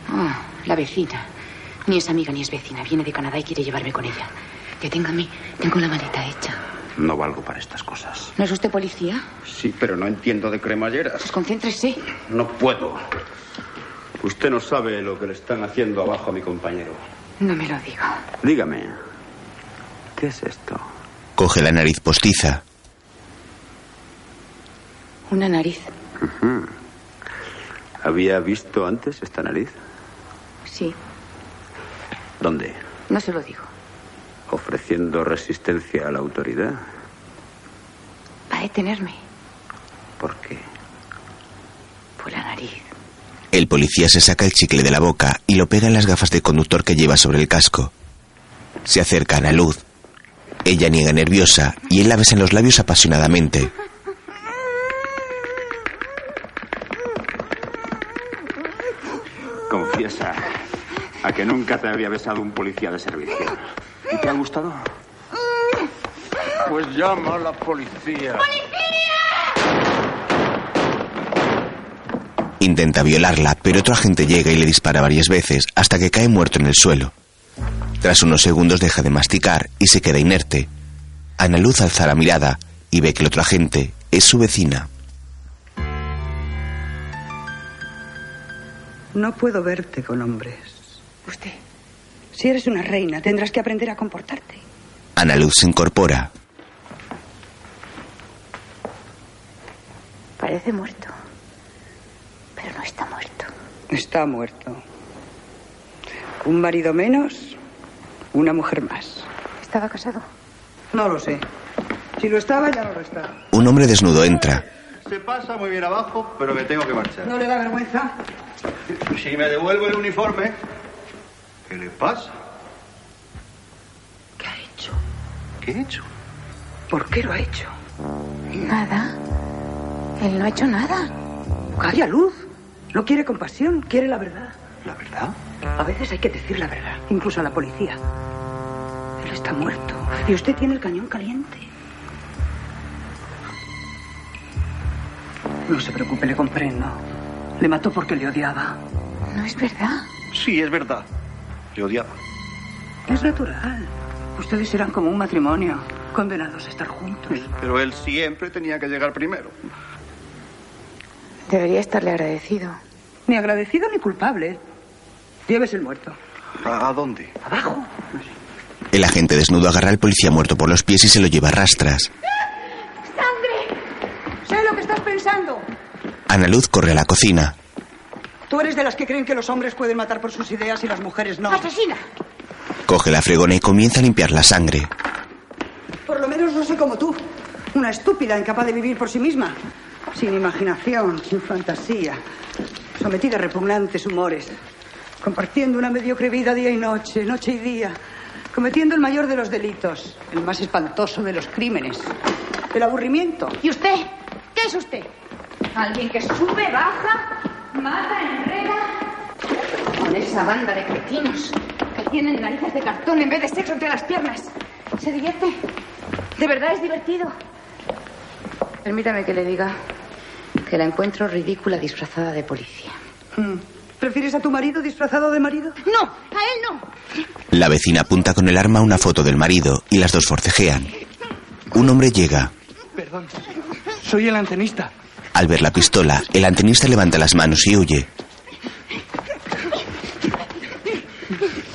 S10: Ah, la vecina. Ni es amiga ni es vecina. Viene de Canadá y quiere llevarme con ella. Deténgame. Tengo la maleta hecha.
S2: No valgo para estas cosas.
S10: ¿No es usted policía?
S2: Sí, pero no entiendo de cremalleras.
S10: Pues concéntrese.
S2: No puedo. Usted no sabe lo que le están haciendo abajo a mi compañero.
S10: No me lo diga.
S2: Dígame, ¿qué es esto?
S1: Coge la nariz postiza.
S10: Una nariz.
S2: Ujú. ¿Había visto antes esta nariz?
S10: Sí.
S2: ¿Dónde?
S10: No se lo digo.
S2: ¿Ofreciendo resistencia a la autoridad?
S10: Va a detenerme.
S2: ¿Por qué?
S10: Por la nariz.
S1: El policía se saca el chicle de la boca y lo pega en las gafas de conductor que lleva sobre el casco. Se acerca a la luz. Ella niega nerviosa y él la besa en los labios apasionadamente.
S2: Confiesa a que nunca te había besado un policía de servicio. ¿Y te ha gustado?
S23: Pues llama a la policía.
S1: Intenta violarla, pero otro agente llega y le dispara varias veces hasta que cae muerto en el suelo. Tras unos segundos deja de masticar y se queda inerte. Ana Luz alza la mirada y ve que el otro agente es su vecina.
S8: No puedo verte con hombres.
S10: Usted.
S8: Si eres una reina, tendrás que aprender a comportarte.
S1: Ana Luz se incorpora.
S30: Parece muerto. Pero no está muerto.
S8: Está muerto. Un marido menos, una mujer más.
S10: ¿Estaba casado?
S8: No lo sé. Si lo estaba, ya no lo está.
S1: Un hombre desnudo entra.
S19: Se pasa muy bien abajo, pero me tengo que marchar.
S8: ¿No le da vergüenza?
S19: Si me devuelvo el uniforme, ¿qué le pasa?
S30: ¿Qué ha hecho?
S19: ¿Qué he hecho?
S30: ¿Por qué lo ha hecho? Nada. Él no ha hecho nada.
S8: Calla, Luz. No quiere compasión, quiere la verdad.
S19: ¿La verdad?
S8: A veces hay que decir la verdad, incluso a la policía. Él está muerto y usted tiene el cañón caliente. No se preocupe, le comprendo. Le mató porque le odiaba.
S30: No es verdad.
S19: Sí, es verdad. Le odiaba.
S8: Es natural. Ustedes eran como un matrimonio, condenados a estar juntos.
S19: Pero él siempre tenía que llegar primero.
S30: Debería estarle agradecido.
S8: Ni agradecido ni culpable. Lleves el muerto.
S19: ¿A dónde?
S8: Abajo.
S1: El agente desnudo agarra al policía muerto por los pies y se lo lleva a rastras.
S24: ¡Sangre! Sé lo que estás pensando.
S1: Ana Luz corre a la cocina.
S8: Tú eres de las que creen que los hombres pueden matar por sus ideas y las mujeres no.
S24: ¡Asesina!
S1: Coge la fregona y comienza a limpiar la sangre.
S8: Por lo menos no soy como tú. Una estúpida incapaz de vivir por sí misma. Sin imaginación, sin fantasía. Sometida a repugnantes humores. Compartiendo una mediocre vida día y noche, noche y día. Cometiendo el mayor de los delitos. El más espantoso de los crímenes. El aburrimiento.
S24: ¿Y usted? ¿Qué es usted? Alguien que sube, baja, mata, enreda.
S10: Con esa banda de cretinos que tienen narices de cartón en vez de sexo entre las piernas. ¿Se divierte? ¿De verdad es divertido? Permítame que le diga que la encuentro ridícula disfrazada de policía.
S8: Mm. ¿Prefieres a tu marido disfrazado de marido?
S24: No, a él no.
S1: La vecina apunta con el arma una foto del marido y las dos forcejean. Un hombre llega.
S6: Perdón. Soy el antenista.
S1: Al ver la pistola, el antenista levanta las manos y huye.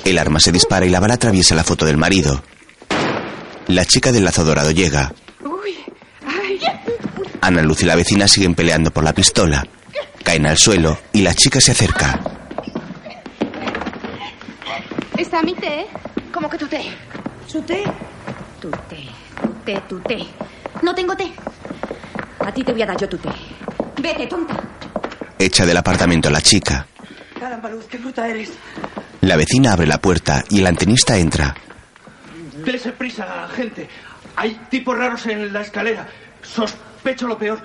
S1: El arma se dispara y la bala atraviesa la foto del marido. La chica del lazo dorado llega.
S30: Uy, ay.
S1: Ana Luz y la vecina siguen peleando por la pistola. Caen al suelo y la chica se acerca.
S30: ¿Está mi té?
S24: ¿Cómo que tu té?
S30: ¿Su té? Tu té, tu té, tu té. No tengo té. A ti te voy a dar yo tu té. Vete, tonta.
S1: Echa del apartamento a la chica.
S8: Caramba, Luz, qué fruta eres.
S1: La vecina abre la puerta y el antenista entra.
S6: Dese prisa, gente. Hay tipos raros en la escalera. Sospecho lo peor.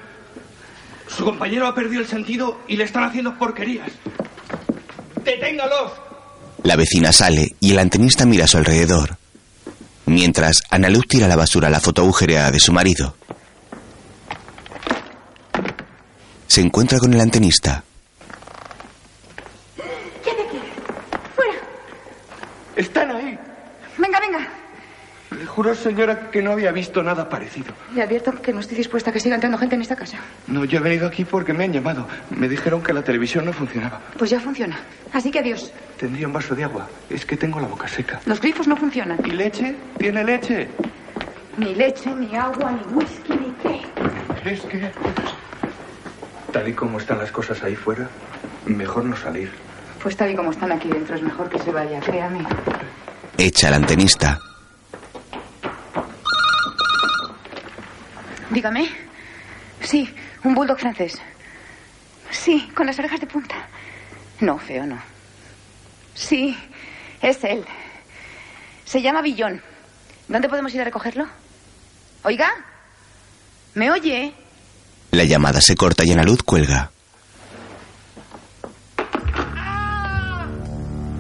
S6: Su compañero ha perdido el sentido y le están haciendo porquerías. ¡Deténgalos!
S1: La vecina sale y el antenista mira a su alrededor. Mientras, Ana Luz tira a la basura la foto agujereada de su marido. Se encuentra con el antenista.
S24: ¿Qué te quieres? ¡Fuera!
S6: Están ahí.
S24: Venga, venga.
S6: Le juro, señora, que no había visto nada parecido.
S10: Le advierto que no estoy dispuesta a que siga entrando gente en esta casa.
S6: No, yo he venido aquí porque me han llamado. Me dijeron que la televisión no funcionaba.
S10: Pues ya funciona. Así que adiós.
S6: Tendría un vaso de agua. Es que tengo la boca seca.
S10: Los grifos no funcionan.
S6: ¿Y leche? ¿Tiene leche?
S10: Ni leche, ni agua, ni whisky, ni té.
S6: Es que... Tal y como están las cosas ahí fuera, mejor no salir.
S10: Pues tal y como están aquí dentro, es mejor que se vaya, créame.
S1: Echa al antenista.
S10: Dígame. Sí, un bulldog francés. Sí, con las orejas de punta. No, feo no. Sí, es él. Se llama Billón. ¿Dónde podemos ir a recogerlo? Oiga, ¿me oye?
S1: La llamada se corta y Ana Luz cuelga.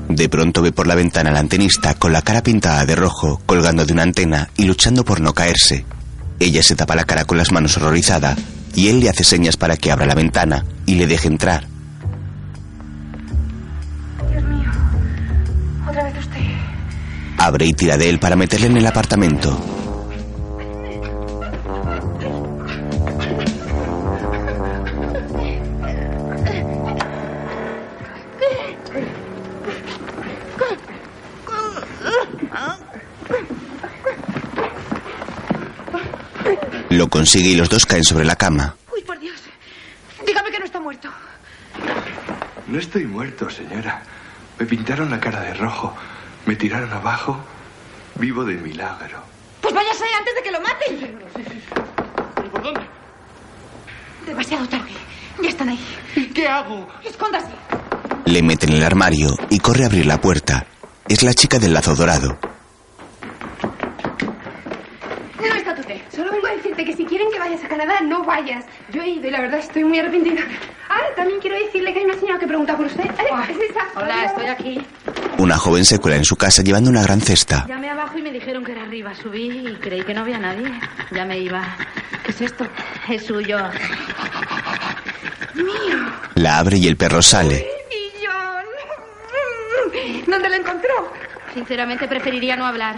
S1: De pronto ve por la ventana al antenista con la cara pintada de rojo, colgando de una antena y luchando por no caerse. Ella se tapa la cara con las manos horrorizada y él le hace señas para que abra la ventana y le deje entrar.
S24: Dios mío. Otra vez usted.
S1: Abre y tira de él para meterle en el apartamento. Lo consigue y los dos caen sobre la cama.
S24: Uy, por Dios. Dígame que no está muerto.
S6: No estoy muerto, señora. Me pintaron la cara de rojo. Me tiraron abajo. Vivo de milagro.
S24: Pues váyase antes de que lo maten.
S6: ¿Pero por dónde?
S10: Demasiado tarde. Ya están ahí.
S32: ¿Qué hago?
S10: Escóndase.
S1: Le mete en el armario y corre a abrir la puerta. Es la chica del lazo dorado.
S33: No está Tute. Solo vengo a decirte que si quieren que vayas a Canadá, no vayas. Yo he ido y la verdad estoy muy arrepentida. Ahora también quiero decirle que hay una señora que pregunta por usted. Eh, es esa.
S10: Hola, estoy aquí.
S1: Una joven se cuela en su casa llevando una gran cesta.
S10: Llamé abajo y me dijeron que era arriba. Subí y creí que no había nadie. Ya me iba. ¿Qué es esto? Es suyo.
S1: La abre y el perro sale.
S10: Y John. ¿Dónde lo encontró? Sinceramente preferiría no hablar.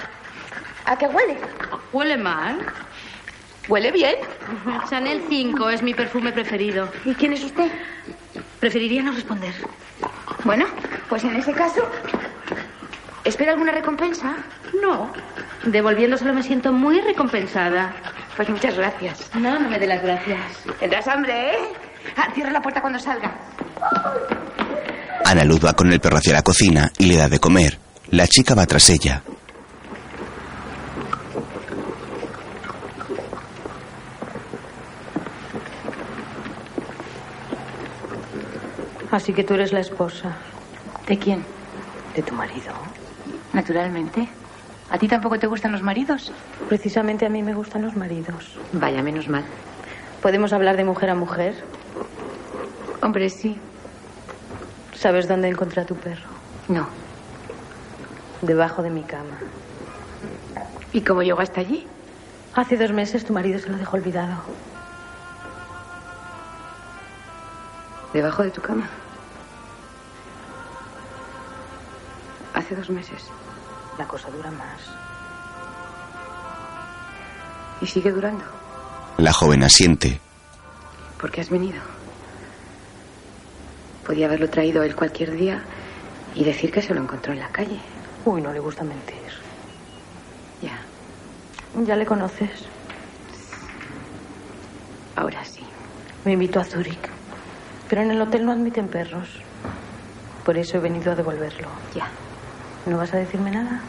S10: ¿A qué huele? Huele mal. ¿Huele bien? Chanel 5 es mi perfume preferido. ¿Y quién es usted? Preferiría no responder. Bueno, pues en ese caso. ¿Espera alguna recompensa? No. Devolviéndoselo me siento muy recompensada. Pues muchas gracias. No, no me dé las gracias. Tendrás hambre, ¿eh? Ah, cierra la puerta cuando salga.
S1: Ana Luz va con el perro hacia la cocina y le da de comer. La chica va tras ella.
S34: Así que tú eres la esposa.
S9: ¿De quién?
S34: De tu marido.
S9: Naturalmente. ¿A ti tampoco te gustan los maridos?
S34: Precisamente a mí me gustan los maridos.
S9: Vaya, menos mal.
S34: ¿Podemos hablar de mujer a mujer?
S9: Hombre, sí.
S34: ¿Sabes dónde encontré a tu perro?
S9: No.
S34: Debajo de mi cama.
S9: ¿Y cómo llegó hasta allí?
S34: Hace dos meses tu marido se lo dejó olvidado.
S9: Debajo de tu cama.
S34: Hace dos meses. La cosa dura más.
S9: ¿Y sigue durando?
S1: La joven asiente.
S9: ¿Por qué has venido? Podía haberlo traído él cualquier día y decir que se lo encontró en la calle.
S34: Uy, no le gusta mentir.
S9: Ya,
S34: Ya le conoces.
S9: ahora sí.
S34: Me invitó a Zúrich. Pero en el hotel no admiten perros. Por eso he venido a devolverlo.
S9: Ya.
S34: ¿No vas a decirme nada?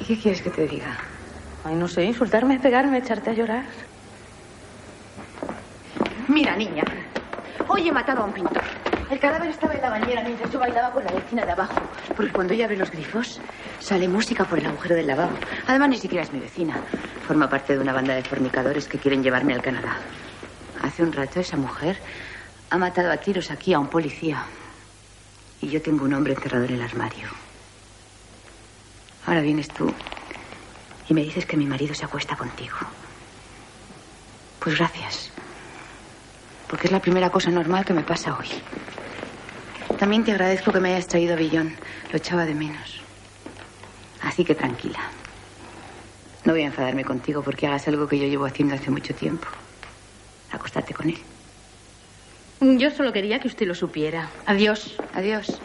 S9: ¿Y qué quieres que te diga?
S34: Ay, no sé, insultarme, pegarme, echarte a llorar.
S10: Mira, niña. Hoy he matado a un pintor. El cadáver estaba en la bañera mientras yo bailaba con la vecina de abajo.
S35: Porque cuando ella abre los grifos, sale música por el agujero del lavabo. Además, ni siquiera es mi vecina. Forma parte de una banda de fornicadores que quieren llevarme al Canadá. Hace un rato esa mujer ha matado a tiros aquí a un policía. Y yo tengo un hombre encerrado en el armario. Ahora vienes tú y me dices que mi marido se acuesta contigo. Pues gracias.
S9: Porque es la primera cosa normal que me pasa hoy.
S35: También te agradezco que me hayas traído a Billón. Lo echaba de menos. Así que tranquila. No voy a enfadarme contigo porque hagas algo que yo llevo haciendo hace mucho tiempo. Acostarte con él.
S10: Yo solo quería que usted lo supiera. Adiós.
S35: Adiós.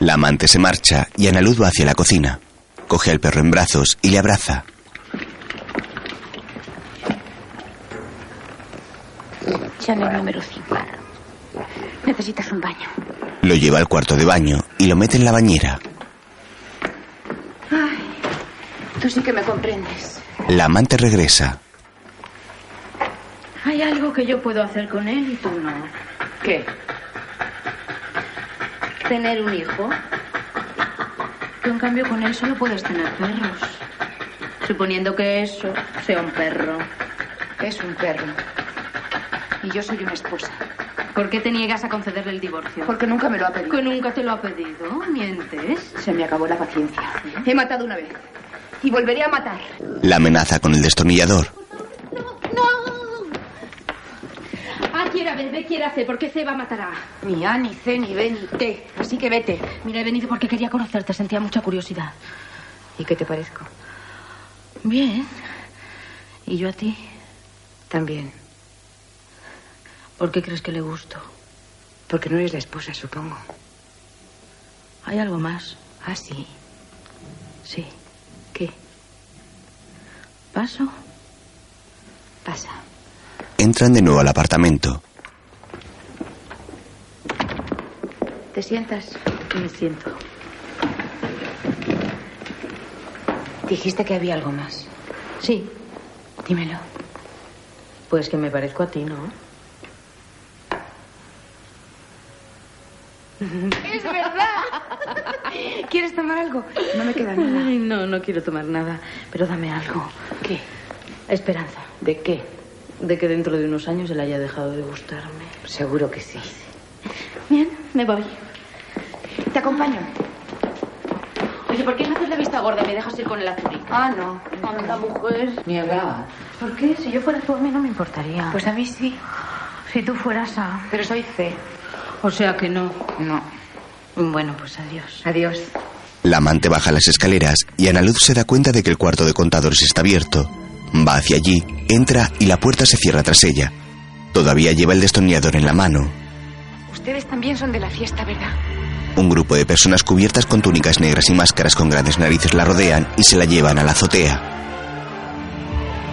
S1: La amante se marcha y Ana Luz va hacia la cocina. Coge al perro en brazos y le abraza.
S10: Chanel número 5. Necesitas un baño.
S1: Lo lleva al cuarto de baño y lo mete en la bañera.
S35: Ay, tú sí que me comprendes.
S1: La amante regresa.
S10: Hay algo que yo puedo hacer con él y tú no.
S35: ¿Qué?
S10: Tener un hijo. Tú, en cambio, con él solo puedes tener perros. Suponiendo que eso sea un perro.
S35: Es un perro. Y yo soy una esposa.
S10: ¿Por qué te niegas a concederle el divorcio?
S35: Porque nunca me lo ha pedido.
S10: Que nunca te lo ha pedido. Mientes.
S35: Se me acabó la paciencia. He matado una vez. Y volveré a matar.
S1: La amenaza con el destornillador.
S10: A Ah, quiera ver, ve quiera hacer, porque Ceba matará.
S35: Ni A, ni C, ni B, ni T. Así que vete.
S10: Mira, he venido porque quería conocerte, sentía mucha curiosidad.
S35: ¿Y qué te parezco?
S10: Bien. ¿Y yo a ti?
S35: También.
S10: ¿Por qué crees que le gusto?
S35: Porque no eres la esposa, supongo.
S10: ¿Hay algo más?
S35: Ah, sí.
S10: Sí.
S35: ¿Qué?
S10: ¿Paso?
S35: Pasa.
S1: Entran de nuevo al apartamento.
S35: ¿Te sientas?
S10: Me siento.
S35: Dijiste que había algo más.
S10: Sí.
S35: Dímelo.
S34: Pues que me parezco a ti, ¿no?
S24: ¡Es verdad!
S30: ¿Quieres tomar algo?
S10: No me queda nada.
S30: no, no quiero tomar nada, pero dame algo. ¿Qué? Esperanza. ¿De qué? De que dentro de unos años él haya dejado de gustarme.
S10: Seguro que sí.
S30: Bien, me voy.
S10: Te acompaño.
S30: Oye, ¿por qué me haces la vista gorda? ¿Me dejas ir con el azul? Ah, no. Anda, mujer.
S10: Ni hablar.
S30: ¿Por qué? Si yo fuera tú, a mí no me importaría.
S9: Pues a mí sí. Si tú fueras a...
S10: Pero soy fe.
S30: O sea que no.
S10: No.
S30: Bueno, pues adiós.
S10: Adiós.
S1: La amante baja las escaleras y Ana Luz se da cuenta de que el cuarto de contadores está abierto. Va hacia allí, entra y la puerta se cierra tras ella. Todavía lleva el destornillador en la mano.
S10: Ustedes también son de la fiesta, ¿verdad?
S1: Un grupo de personas cubiertas con túnicas negras y máscaras con grandes narices la rodean y se la llevan a la azotea.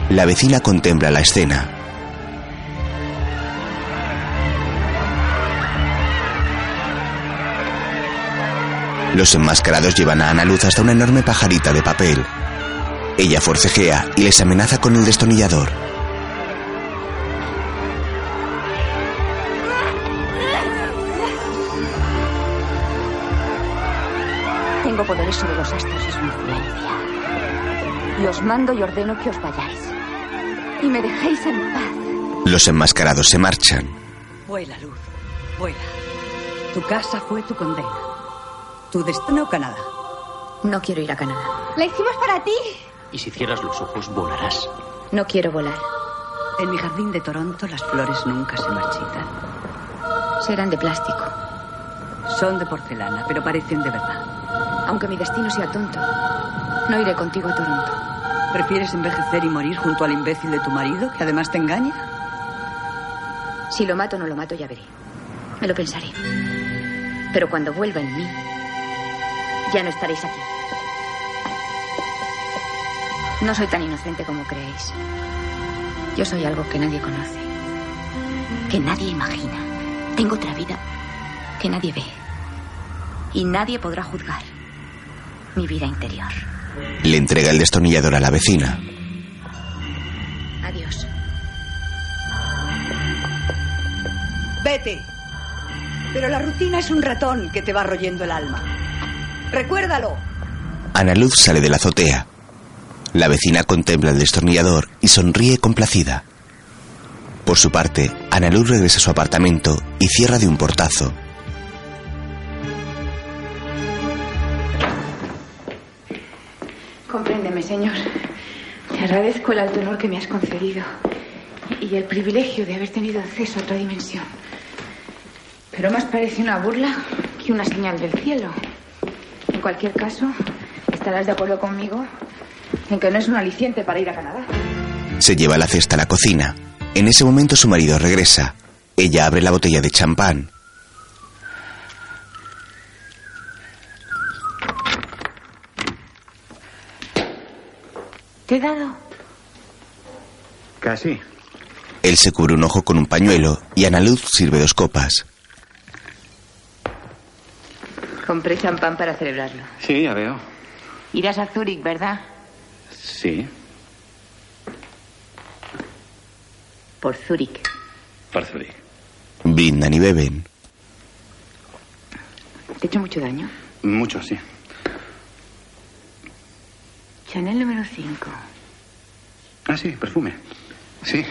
S1: La vecina contempla la escena. Los enmascarados llevan a Ana Luz hasta una enorme pajarita de papel. Ella forcejea y les amenaza con el destornillador.
S27: Tengo poderes sobre los astros y su influencia.
S10: Y os mando y ordeno que os vayáis. Y me dejéis en paz.
S1: Los enmascarados se marchan.
S36: Vuela, Luz, vuela. Tu casa fue tu condena. Tu destino, Canadá.
S27: No quiero ir a Canadá.
S24: La hicimos para ti.
S12: Y si cierras los ojos, volarás.
S27: No quiero volar.
S36: En mi jardín de Toronto las flores nunca se marchitan.
S27: Serán de plástico.
S36: Son de porcelana, pero parecen de verdad.
S27: Aunque mi destino sea tonto, no iré contigo a Toronto.
S36: ¿Prefieres envejecer y morir junto al imbécil de tu marido, que además te engaña?
S27: Si lo mato o no lo mato, ya veré. Me lo pensaré. Pero cuando vuelva en mí, ya no estaréis aquí. No soy tan inocente como creéis. Yo soy algo que nadie conoce, que nadie imagina. Tengo otra vida que nadie ve. Y nadie podrá juzgar mi vida interior.
S1: Le entrega el destornillador a la vecina.
S27: Adiós.
S36: Vete. Pero la rutina es un ratón que te va royendo el alma. Recuérdalo.
S1: Ana Luz sale de la azotea. La vecina contempla el destornillador y sonríe complacida. Por su parte, Ana Luz regresa a su apartamento y cierra de un portazo.
S10: Compréndeme, señor. Te agradezco el alto honor que me has concedido y el privilegio de haber tenido acceso a otra dimensión. Pero más parece una burla que una señal del cielo. En cualquier caso, estarás de acuerdo conmigo en que no es un aliciente para ir a Canadá.
S1: Se lleva la cesta a la cocina. En ese momento su marido regresa. Ella abre la botella de champán.
S30: Te he dado.
S1: Casi. Él se cubre un ojo con un pañuelo y Ana Luz sirve dos copas.
S10: Compré champán para celebrarlo.
S12: Sí, ya veo.
S10: Irás a Zúrich, ¿verdad?
S12: Sí,
S10: Por Zúrich.
S12: Parzuri.
S1: Brindan y beben.
S10: ¿Te he hecho mucho daño?
S12: Mucho, sí.
S10: Chanel número 5.
S12: Ah, sí, perfume. Sí.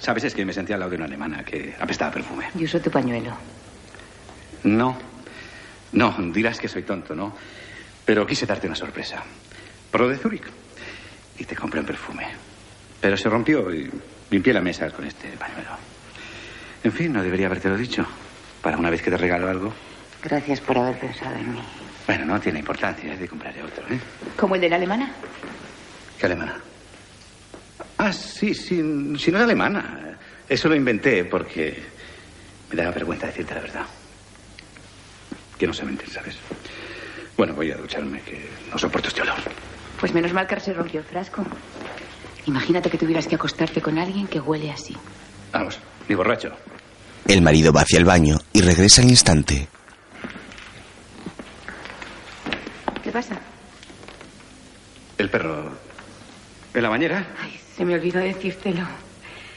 S12: Sabes, es que me sentía al lado de una alemana que apestaba a perfume.
S10: Y uso tu pañuelo.
S12: No. No, dirás que soy tonto, ¿no? Pero quise darte una sorpresa. Por lo de Zúrich. Y te compré un perfume. Pero se rompió y limpié la mesa con este pañuelo. En fin, no debería habértelo dicho. Para una vez que te regalo algo.
S10: Gracias por haber pensado en mí.
S12: Bueno, no tiene importancia. Te compraré otro, ¿eh?
S10: ¿Como el de la alemana?
S12: ¿Qué alemana? Ah, sí, sí, sí, no es alemana. Eso lo inventé porque me daba vergüenza decirte la verdad. Que no se mentir, ¿sabes? Bueno, voy a ducharme, que no soporto este olor.
S10: Pues menos mal que se rompió el frasco. Imagínate que tuvieras que acostarte con alguien que huele así.
S12: Vamos, ni borracho.
S1: El marido va hacia el baño y regresa al instante.
S10: ¿Qué pasa?
S12: El perro. ¿En la bañera?
S10: Se me olvidó decírtelo.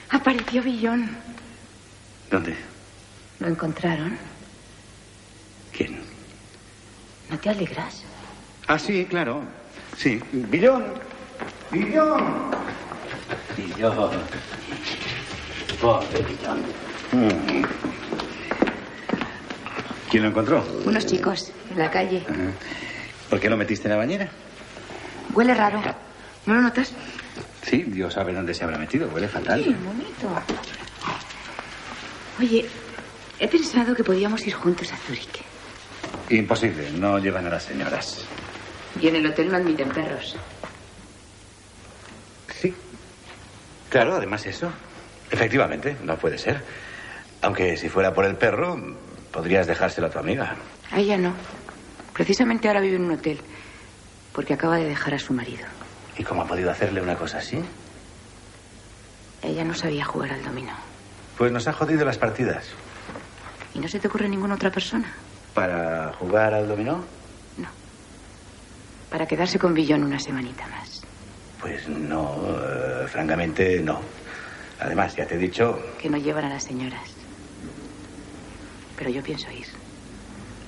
S10: Apareció Billón.
S12: ¿Dónde?
S10: ¿Lo encontraron?
S31: ¿No te alegras?
S12: Ah, sí, claro. Sí. Billón. Billón. Billón. Pobre Billón. Mm. ¿Quién lo encontró?
S27: Unos chicos en la calle.
S12: ¿Por qué lo metiste en la bañera?
S27: Huele raro. ¿No lo notas?
S12: Sí, Dios sabe dónde se habrá metido. Huele
S27: Sí,
S12: fatal.
S27: bonito. Oye, he pensado que podíamos ir juntos a Zúrich.
S12: Imposible. No llevan a las señoras.
S27: Y en el hotel no admiten perros.
S12: Claro, además eso. Efectivamente, no puede ser. Aunque si fuera por el perro, podrías dejárselo a tu amiga.
S10: A ella no. Precisamente ahora vive en un hotel. Porque acaba de dejar a su marido.
S12: ¿Y cómo ha podido hacerle una cosa así?
S10: Ella no sabía jugar al dominó.
S12: Pues nos ha jodido las partidas.
S10: ¿Y no se te ocurre ninguna otra persona?
S12: ¿Para jugar al dominó?
S10: Para quedarse con Billón una semanita más.
S12: Pues no, eh, francamente no. Además, ya te he dicho,
S10: Que no llevan a las señoras. Pero yo pienso ir.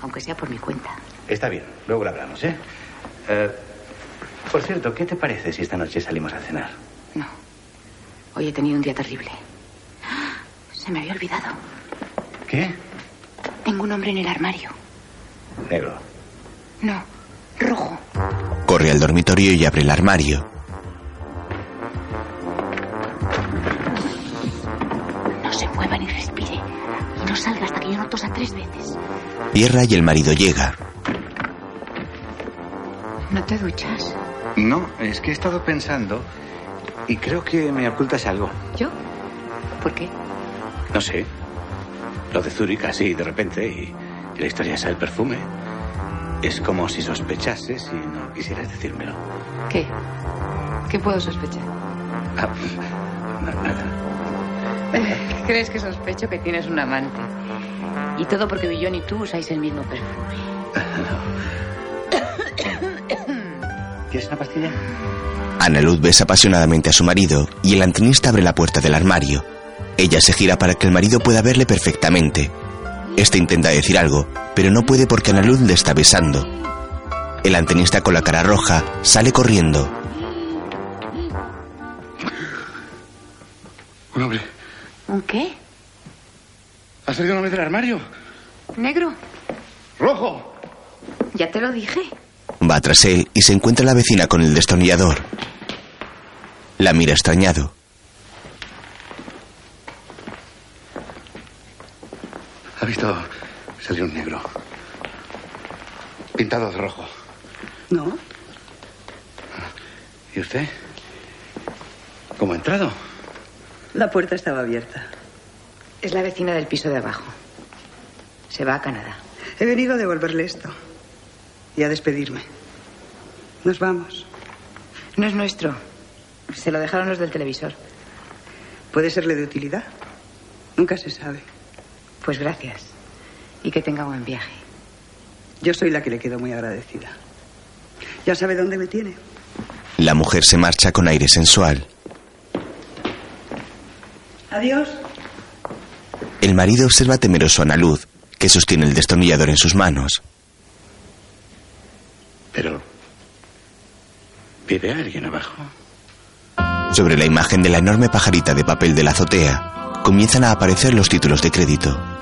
S10: Aunque sea por mi cuenta.
S12: está bien, luego lo hablamos, ¿eh? Eh, por cierto, ¿qué te parece si esta noche salimos a cenar?
S10: Hoy he tenido un día terrible. ¡Ah! Se me había olvidado.
S12: ¿Qué?
S10: Tengo un hombre en el armario.
S12: Negro.
S10: No, rojo.
S1: Corre al dormitorio y abre el armario.
S25: No se mueva ni respire. Y no salga hasta que yo no tosa tres veces.
S1: Pierra y el marido llega.
S27: ¿No te duchas?
S12: No, es que he estado pensando y creo que me ocultas algo.
S27: ¿Yo? ¿Por qué?
S12: No sé. Lo de Zúrich así de repente y, y la historia es el perfume. Es como si sospechases y no quisieras decírmelo.
S10: ¿Qué? ¿Qué puedo sospechar?
S12: Ah,
S10: ¿Crees que sospecho que tienes un amante?
S9: Eh,
S10: Y todo porque Billón y tú usáis el mismo perfume.
S12: ¿Quieres una pastilla?
S1: Ana Luz besa apasionadamente a su marido y el antinista abre la puerta del armario. Ella se gira para que el marido pueda verle perfectamente. Este intenta decir algo, pero no puede porque Ana Luz le está besando. El antenista con la cara roja sale corriendo.
S12: Un hombre.
S27: ¿Un qué?
S12: ¿Ha salido un hombre del armario?
S27: ¿Negro?
S12: ¡Rojo!
S27: Ya te lo dije.
S1: Va tras él y se encuentra la vecina con el destornillador. La mira extrañado.
S12: Ha visto salir un negro. Pintado de rojo.
S36: ¿No?
S12: ¿Y usted? ¿Cómo ha entrado?
S8: La puerta estaba abierta.
S10: Es la vecina del piso de abajo. Se va a Canadá.
S8: He venido a devolverle esto. Y a despedirme. Nos vamos.
S10: No es nuestro. Se lo dejaron los del televisor.
S8: ¿Puede serle de utilidad? Nunca se sabe.
S10: Pues gracias. Y que tenga buen viaje.
S8: Yo soy la que le quedo muy agradecida. Ya sabe dónde me tiene.
S1: La mujer se marcha con aire sensual.
S8: Adiós.
S1: El marido observa temeroso a Ana Luz, que sostiene el destornillador en sus manos.
S12: Pero. ¿Vive alguien abajo?
S1: Sobre la imagen de la enorme pajarita de papel de la azotea, comienzan a aparecer los títulos de crédito.